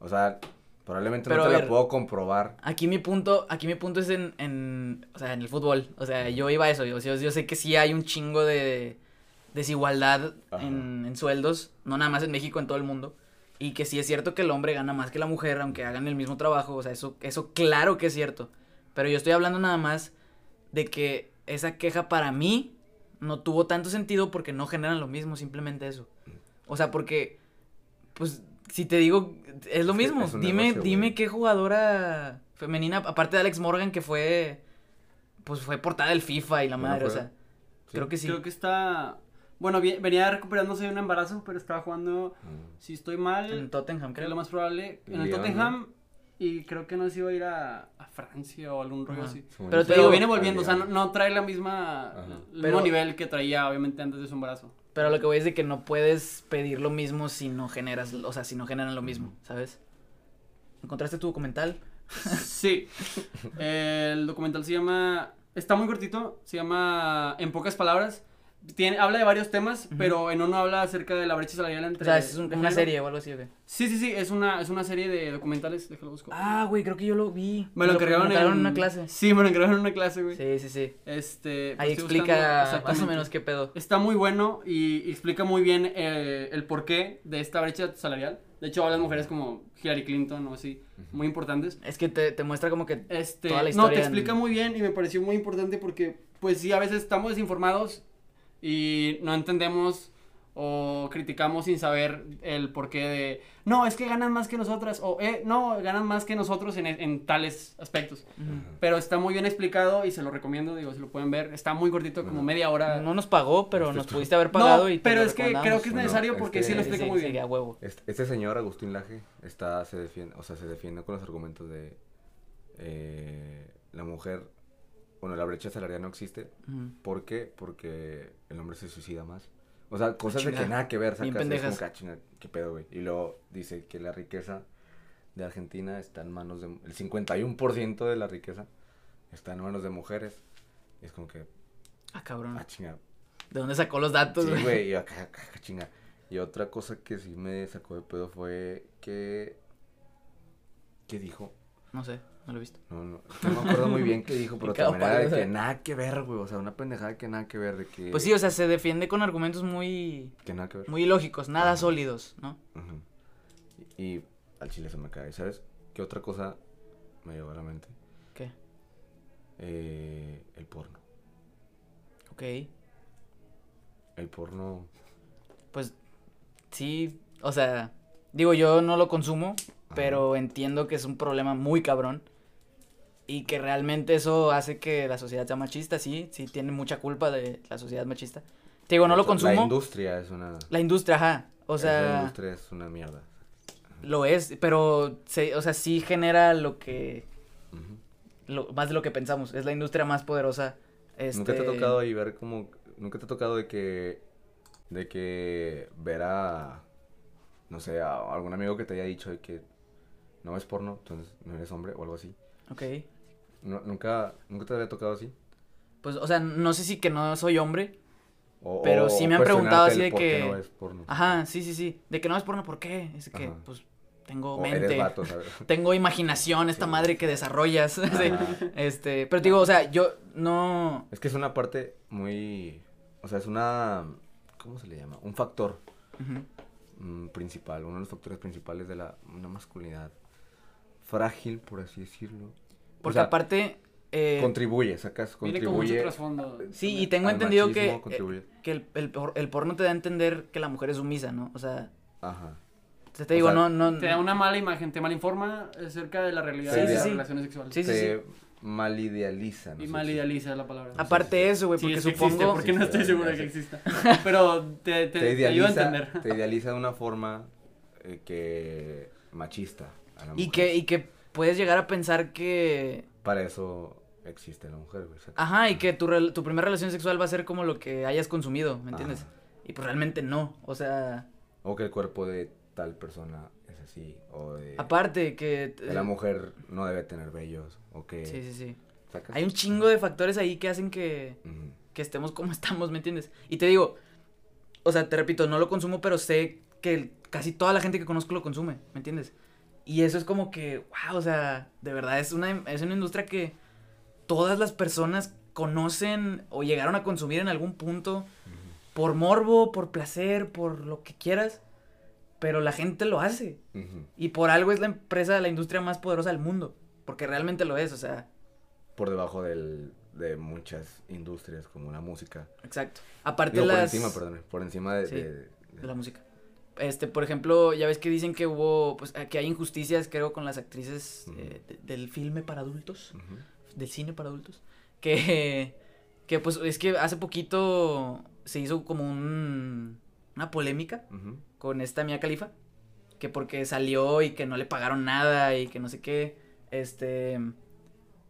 B: O sea, probablemente
A: Pero
B: no
A: a
B: te la
A: ver.
B: puedo comprobar.
A: Aquí mi punto, aquí mi punto es en, en, o sea, en el fútbol. O sea, yo iba a eso. Yo, yo, yo sé que sí hay un chingo de desigualdad
B: Ajá.
A: en, en sueldos, no nada más en México, en todo el mundo. Y que sí es cierto que el hombre gana más que la mujer, aunque hagan el mismo trabajo. O sea, eso, eso claro que es cierto. Pero yo estoy hablando nada más de que esa queja para mí no tuvo tanto sentido porque no generan lo mismo, simplemente eso. O sea, porque, pues, si te digo, es lo
B: Es que
A: mismo.
B: es un
A: dime,
B: negocio, güey.
A: dime qué jugadora femenina, aparte de Alex Morgan, que fue, pues, fue portada del FIFA y la
B: Bueno,
A: madre, o
B: juega.
A: sea, creo que sí.
C: Creo que está. Bueno, vi- venía recuperándose de un embarazo, pero estaba jugando,
B: Mm.
C: si estoy mal,
A: En Tottenham,
C: que es
A: creo.
C: lo más probable, en el
B: Lyon,
C: Tottenham. Y creo que no se iba a ir a, a Francia o algún rollo
A: Ajá.
C: así.
B: Según
A: Pero
B: yo,
A: te
C: Pero,
A: digo,
C: viene volviendo, o sea, no,
B: Lyon.
C: no trae la misma,
B: Ajá.
C: el mismo
A: Pero-
C: nivel que traía, obviamente, antes de su embarazo.
A: Pero lo que voy es de que no puedes pedir lo mismo si no generas, o sea, si no generan lo mismo, ¿sabes? ¿Encontraste tu documental?
C: Sí. Eh, El documental se llama. Está muy cortito. Se llama En pocas palabras. Tiene, habla de varios temas,
A: Ujú.
C: pero en uno habla acerca de la brecha salarial entre.
A: O sea, es un-
C: de
A: una
C: género.
A: serie o algo así, ¿o qué?
C: Sí, sí, sí. Es una, es una serie de documentales. Déjalo busco.
A: Ah, güey, creo que yo lo vi.
C: me lo encargaron en
A: en una clase.
C: Sí, me lo encargaron en una clase, güey.
A: Sí, sí, sí.
C: Este. pues,
A: Ahí
C: estoy buscando
A: explica más
C: exactamente.
A: o menos qué pedo.
C: Está muy bueno y explica muy bien eh, el porqué de esta brecha salarial. De hecho, hablan mujeres como Hillary Clinton o así, muy importantes.
A: Es que te, te muestra como que...
C: Este,
A: Toda la
C: no,
A: historia
C: te
A: en-
C: explica muy bien y me pareció muy importante porque, pues sí, a veces estamos desinformados y no entendemos o criticamos sin saber el porqué de, no, es que ganan más que nosotras o, eh, no, ganan más que nosotros en, e-, en tales aspectos.
A: Ujú.
C: Pero está muy bien explicado y se lo recomiendo, digo, si lo pueden ver, está muy cortito, como
B: Ujú.
C: media hora.
A: No nos pagó, pero
B: Este
A: nos
B: tú.
A: pudiste haber
C: No,
A: pagado y te
C: pero
A: lo
C: es que creo
A: recomendamos.
C: que es
B: Bueno,
C: necesario porque
B: este-
C: sí lo
B: Sí,
C: explica muy bien.
A: sí, a huevo.
B: Este, este señor, Agustín Laje, está, se defiende, o sea, se defiende con los argumentos de eh, la mujer, bueno, la brecha salarial no existe.
A: Ujú.
B: ¿Por qué? Porque el hombre se suicida más. O sea, cosas de que
A: chinga.
B: nada que ver, sacas.
A: Bien
B: es como
A: pendejas.
B: que, ah, chinga, qué pedo, güey. Y luego dice que la riqueza de Argentina está en manos de... El 51% de la riqueza está en manos de mujeres. Y es como que,
A: Ah, cabrón.
B: ah, chinga,
A: ¿De dónde sacó los datos,
B: Sí,
A: güey?
B: güey, y acá, acá, acá, chinga. Y otra cosa que sí me sacó de pedo fue que... ¿Qué dijo?
A: No sé, no lo he visto.
B: No, no, no me acuerdo muy bien qué dijo, pero
A: Me cago
B: también era
A: palo,
B: de
A: o sea.
B: que nada que ver, güey. O sea, una pendejada que nada que ver, de que...
A: Pues sí, o sea, se defiende con argumentos muy...
B: Que nada que ver.
A: Muy ilógicos, nada
B: Ajá.
A: sólidos, ¿no?
B: Ujú. Y, y al chile se me cae. ¿Sabes qué otra cosa me llegó a la mente?
A: ¿Qué?
B: Eh, el porno.
A: Ok.
B: El porno...
A: Pues sí, o sea, digo yo no lo consumo,
B: Ajá.
A: pero entiendo que es un problema muy cabrón y que realmente eso hace que la sociedad sea machista, sí, sí tiene mucha culpa de la sociedad machista. Te digo, no lo
B: La
A: consumo.
B: industria es una...
A: La industria, ajá. O
B: La
A: sea,
B: industria es una mierda.
A: lo es, pero se, o sea, sí genera lo que
B: Ujú.
A: lo, más de lo que pensamos, es la industria más poderosa. Este,
B: Nunca te ha tocado ahí ver como. Nunca te ha tocado de que. De que. Ver a. No sé, a algún amigo que te haya dicho de que. No ves porno, entonces no eres hombre o algo así.
A: Ok.
B: No- nunca, nunca te había tocado así.
A: Pues o sea, no sé si que no soy hombre,
B: O-
A: Pero
B: o-
A: sí
B: o
A: me han preguntado así
B: cuestionarte
A: de
B: el por qué
A: que-
B: No ves porno.
A: Ajá, sí, sí, sí. De que no es porno, ¿por qué? Es que,
B: Ajá.
A: pues, tengo
B: O
A: mente.
B: eres vato, ¿sabes?
A: Tengo imaginación, esta
B: Sí.
A: madre que desarrollas. sí.
B: Ajá.
A: Este, pero te digo, o sea, yo no.
B: Es que es una parte muy. O sea, es una. ¿Cómo se le llama? Un factor
A: Ujú.
B: mm, principal, uno de los factores principales de la, una masculinidad frágil, por así decirlo. O
A: Porque
B: sea,
A: aparte. eh,
B: contribuye, sacas,
C: Viene con mucho
B: contribuye.
C: trasfondo.
A: sí, y
C: también.
A: tengo
B: al
A: entendido que.
B: machismo contribuye.
A: eh, que el, el por- el porno te da a entender que la mujer es sumisa, ¿no? O sea,
B: Ajá.
A: te, te
B: O
A: digo,
B: sea,
A: no, no.
C: Te da una mala imagen, te malinforma acerca de la realidad
B: Sí,
C: de
B: sí,
C: las
A: sí.
C: relaciones sexuales.
A: Sí, sí,
B: Te malidealiza, no
C: Y
B: sé
C: mal
B: si-
C: idealiza la palabra.
B: Ah,
A: Aparte de eso, güey,
C: Sí,
A: porque
C: es que
A: supongo.
C: existe, porque no estoy seguro de que exista. Pero te,
B: Te,
C: te, te ayuda a
B: idealiza,
C: entender.
B: te idealiza de una forma eh, que machista a la
A: Y
B: mujer.
A: que, y que puedes llegar a pensar que.
B: Para eso existe la mujer, güey. sacas.
A: Ajá, y que tu, rel- tu primera relación sexual va a ser como lo que hayas consumido, ¿me entiendes?
B: Ajá.
A: Y pues realmente no, o sea,
B: O que el cuerpo de tal persona es así, o de...
A: aparte que...
B: que la mujer no debe tener vellos, o que...
A: Sí, sí, sí.
B: ¿sacas?
A: Hay un chingo de factores ahí que hacen que,
B: Ujú.
A: que estemos como estamos, ¿me entiendes? Y te digo, o sea, te repito, no lo consumo, pero sé que el- casi toda la gente que conozco lo consume, ¿me entiendes? Y eso es como que, wow, o sea, de verdad es una, es una industria que todas las personas conocen o llegaron a consumir en algún punto por morbo, por placer, por lo que quieras, pero la gente lo hace.
B: Ujú.
A: Y por algo es la empresa, la industria más poderosa del mundo, porque realmente lo es, o sea,
B: Por debajo del, de muchas industrias como la música.
A: Exacto. Aparte
B: Digo,
A: las...
B: por encima, perdón, por encima de,
A: Sí.
B: de- de-
A: de la música. Este, por ejemplo, ya ves que dicen que hubo, pues, que hay injusticias, creo, con las actrices
B: Ujú.
A: eh, de- del filme para adultos,
B: Ujú.
A: del cine para adultos, que, que, pues, es que hace poquito se hizo como un, una polémica
B: Ujú.
A: con esta Mia Califa, que porque salió y que no le pagaron nada y que no sé qué, este,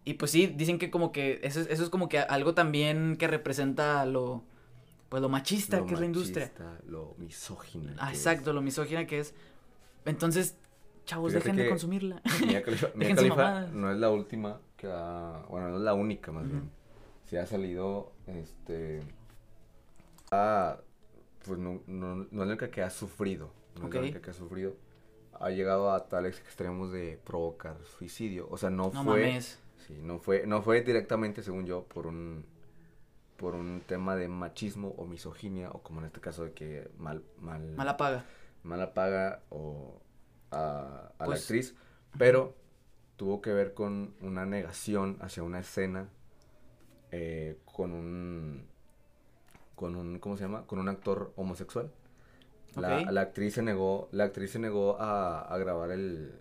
A: y pues sí, dicen que como que eso, es- eso es como que algo también que representa lo, pues, lo machista
B: Lo
A: que es la industria.
B: machista, Lo misógino.
A: Ah, exacto, lo misógina que es. Entonces, chavos,
B: Fíjate
A: dejen de
B: que-
A: consumirla.
B: Mia Khalifa, Mia
A: Dejen sus
B: Khalifa
A: mamadas.
B: no es la última que ha- Bueno, no es la única, más
A: Ujú.
B: bien. Si ha salido, este... ha- pues no, no, no es la única que ha sufrido. No es la
A: Ok.
B: única que ha sufrido. Ha llegado a tales extremos de provocar suicidio. O sea, no,
A: No
B: fue...
A: mames.
B: Sí, no fue, no fue directamente, según yo, por un por un tema de machismo o misoginia, o como en este caso de que mal, mal,
A: Mala paga.
B: mala paga o a, a
A: Pues-
B: la actriz, pero tuvo que ver con una negación hacia una escena eh, con un con un ¿cómo se llama? con un actor homosexual. La,
A: Ok.
B: la actriz se negó, la actriz se negó a, a grabar el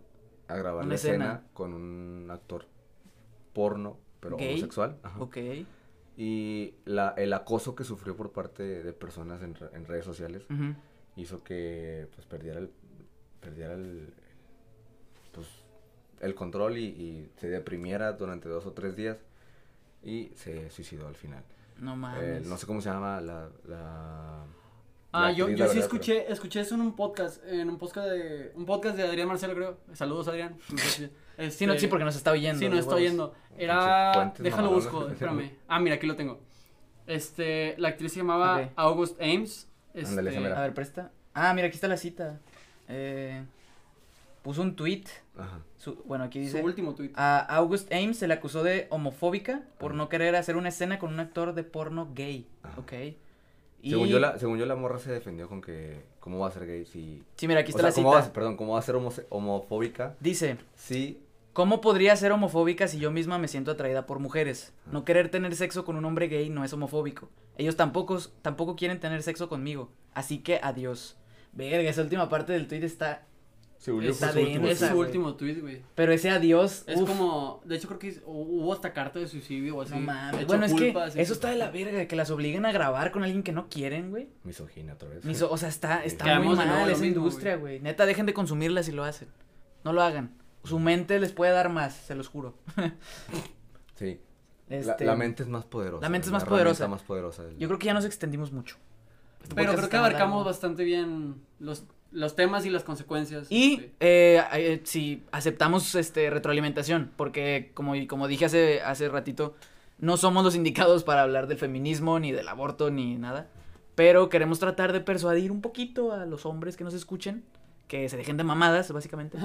B: a grabar
A: Una
B: la escena.
A: escena.
B: con un actor porno pero
A: Gay.
B: homosexual ajá.
A: Ok.
B: y la, el acoso que sufrió por parte de, de personas en, re- en redes sociales
A: Ujú.
B: hizo que pues perdiera el perdiera el pues, el control y, y se deprimiera durante dos o tres días y se suicidó al final.
A: No
B: Eh,
A: mames.
B: no sé cómo se llama la, la- la
C: Ah, yo,
B: actriz,
C: yo
B: la
C: sí
B: verdad,
C: escuché, escuché eso en un podcast, en un podcast de, un podcast de Adrián Marcelo, creo. Saludos, Adrián. Eh,
A: Sí, no, sí, porque nos está oyendo.
C: Sí, no
A: de
C: está
A: huevos.
C: oyendo.
B: Pinches
C: Era,
B: fuentes
C: déjalo
B: mamadonas.
C: busco, espérame. Ah, mira, aquí lo tengo. Este, la actriz se llamaba
A: Ok.
C: August Ames.
B: Ándale, esa
C: Este,
B: mera.
A: A ver, presta. Ah, mira, aquí está la cita. Eh, puso un tweet.
B: pero- Ajá.
A: Su- bueno, aquí
C: su
A: dice.
C: último tuit.
B: Ah,
A: A August Ames se le acusó de homofóbica por
B: Ajá.
A: no querer hacer una escena con un actor de porno gay.
B: Ajá.
A: Ok. Y...
B: Ah. Según, yo la, según yo la morra se defendió con que cómo va a ser gay si...
A: Sí, mira, aquí
B: o
A: está
B: sea,
A: la
B: ¿cómo va a
A: cita.
B: ser- perdón, cómo va a ser homose- homofóbica
A: Dice,
B: si...
A: ¿Cómo podría ser homofóbica si yo misma me siento atraída por mujeres?
B: Ah.
A: No querer tener sexo con un hombre gay no es homofóbico. Ellos tampoco, tampoco quieren tener sexo conmigo. Así que adiós. Verga, esa última parte del tweet está.
B: Según
A: yo fue Está su bien último
C: Es
A: esa,
C: su
A: güey.
C: último tuit, güey.
A: Pero ese adiós.
C: Es
A: uf,
C: como, de hecho creo que es- hu- hubo hasta carta de suicidio o así.
A: No mames.
C: Hecho
A: Bueno, es que
C: culpas,
A: eso
C: hecho-
A: está de la verga, que las obliguen a grabar con alguien que no quieren, güey.
B: Misogina otra vez.
A: Ni so- o sea, está, está muy
C: Quedamos de nuevo
A: mal
C: en lo
A: esa
C: mismo,
A: industria, güey. Neta, dejen de consumirla si lo hacen. No lo hagan. Su mente les puede dar más, se los juro.
B: Sí. La-
A: Este,
B: la, mente es más poderosa.
A: la mente es
B: es
A: más
B: herramienta
A: poderosa.
B: más poderosa del-
A: Yo creo que ya nos extendimos mucho. Este podcast
C: Pero creo que
A: está
C: abarcamos
A: largo.
C: bastante bien los, los temas y las consecuencias.
A: Y
C: este.
A: eh, eh, si aceptamos este retroalimentación, porque como, y como dije hace, hace ratito, no somos los indicados para hablar del feminismo, ni del aborto, ni nada. Pero queremos tratar de persuadir un poquito a los hombres que nos escuchen, que se dejen de mamadas, básicamente.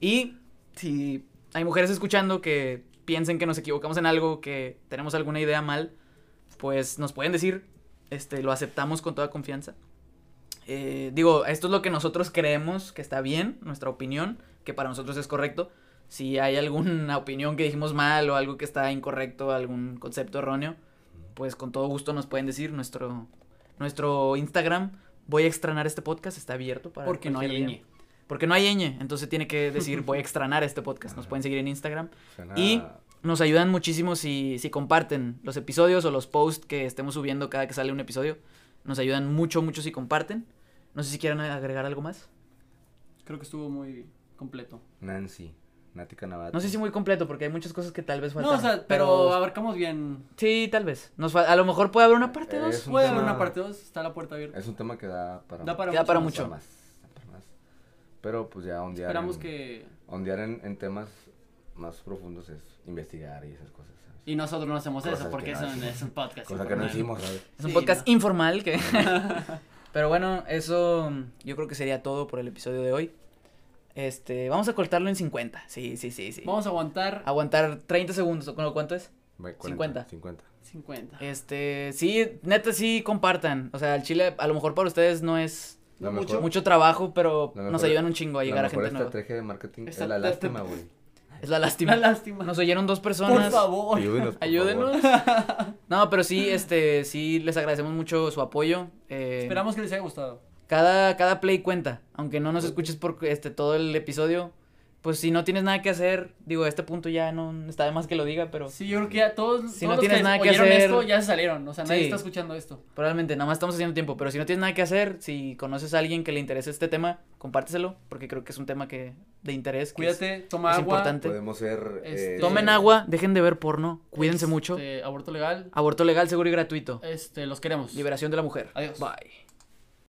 A: Y si hay mujeres escuchando que piensen que nos equivocamos en algo, que tenemos alguna idea mal, pues nos pueden decir, este, lo aceptamos con toda confianza. Eh, digo, esto es lo que nosotros creemos que está bien, nuestra opinión, que para nosotros es correcto. Si hay alguna opinión que dijimos mal o algo que está incorrecto, algún concepto erróneo, pues con todo gusto nos pueden decir. Nuestro, nuestro Instagram, voy a extrañar este podcast, está abierto para
C: porque no hay
A: cualquier día.
C: leña.
A: Porque no hay ñ, entonces tiene que decir voy a extrañar este podcast. Nos pueden seguir en Instagram.
B: Suena-
A: Y nos ayudan muchísimo si, si comparten los episodios o los posts que estemos subiendo cada que sale un episodio. Nos ayudan mucho, mucho si comparten. No sé si quieren agregar algo más.
C: Creo que estuvo muy completo.
B: Nancy. Nática Navata.
A: No sé si muy completo porque hay muchas cosas que tal vez faltan.
C: No, o sea, pero, abarcamos bien.
A: Sí, tal vez. Nos fal- a lo mejor puede haber una parte
B: Es
A: 2.
B: un
C: Puede
B: tema-
C: haber una parte 2, está la puerta abierta.
B: Es un tema que da para
C: Da para
A: Queda
C: mucho
A: para
C: más.
A: mucho.
B: Da más, da para más. Pero pues ya ondear.
C: Esperamos
B: en,
C: que...
B: Ondear en, en temas más profundos es investigar y esas cosas. ¿sabes?
C: Y nosotros no hacemos
B: Cosas
C: eso,
B: que
C: porque
B: no
C: eso
B: hacen.
C: es un podcast.
B: Cosa que no
C: informal.
B: hicimos, ¿sabes?
A: Es un
C: Sí,
A: podcast
C: no.
A: informal que... Pero bueno, eso mm, yo creo que sería todo por el episodio de hoy. Este, vamos a cortarlo en 50. Sí, sí, sí, sí.
C: Vamos a aguantar
A: aguantar 30 segundos, ¿o con lo cuánto es?
B: Ve,
A: 50.
B: 50.
C: 50.
A: Este, sí, neta sí compartan, o sea, el chile a lo mejor para ustedes no es
B: La
C: Mucho.
B: mejor-
A: mucho trabajo, pero
B: La
A: nos
B: mejor-
A: ayudan un chingo a llegar
B: la
A: a gente
B: mejor
A: nueva.
B: estrategia de marketing es
C: Exacto.
B: la lástima, güey.
A: Es la lástima.
C: La lástima.
A: Nos oyeron dos personas.
C: por favor.
B: Ayúdenos. por
A: Ayúdenos.
B: favor.
A: No, pero sí, este, sí, les agradecemos mucho su apoyo. eh,
C: Esperamos que les haya gustado.
A: cada, cada play cuenta, aunque no nos escuches por este, todo el episodio. Pues si no tienes nada que hacer, digo, a este punto ya no está de más que lo diga, pero
C: Sí, yo creo que ya todos,
A: Si
C: todos
A: no
C: los
A: tienes
C: que
A: nada que
C: oyeron
A: hacer-
C: esto ya se salieron. O sea, nadie
A: Sí.
C: está escuchando esto.
A: probablemente nada más estamos haciendo tiempo. Pero si no tienes nada que hacer, si conoces a alguien que le interese este tema, compárteselo, porque creo que es un tema que de interés. que es-
C: Cuídate, toma
A: es
C: agua.
A: importante.
B: Podemos ser.
C: Este-
B: eh,
A: Tomen agua, dejen de ver porno, cuídense mucho.
C: este, Aborto legal.
A: Aborto legal, seguro y gratuito.
C: Este, los queremos.
A: Liberación de la mujer.
C: Adiós.
A: Bye.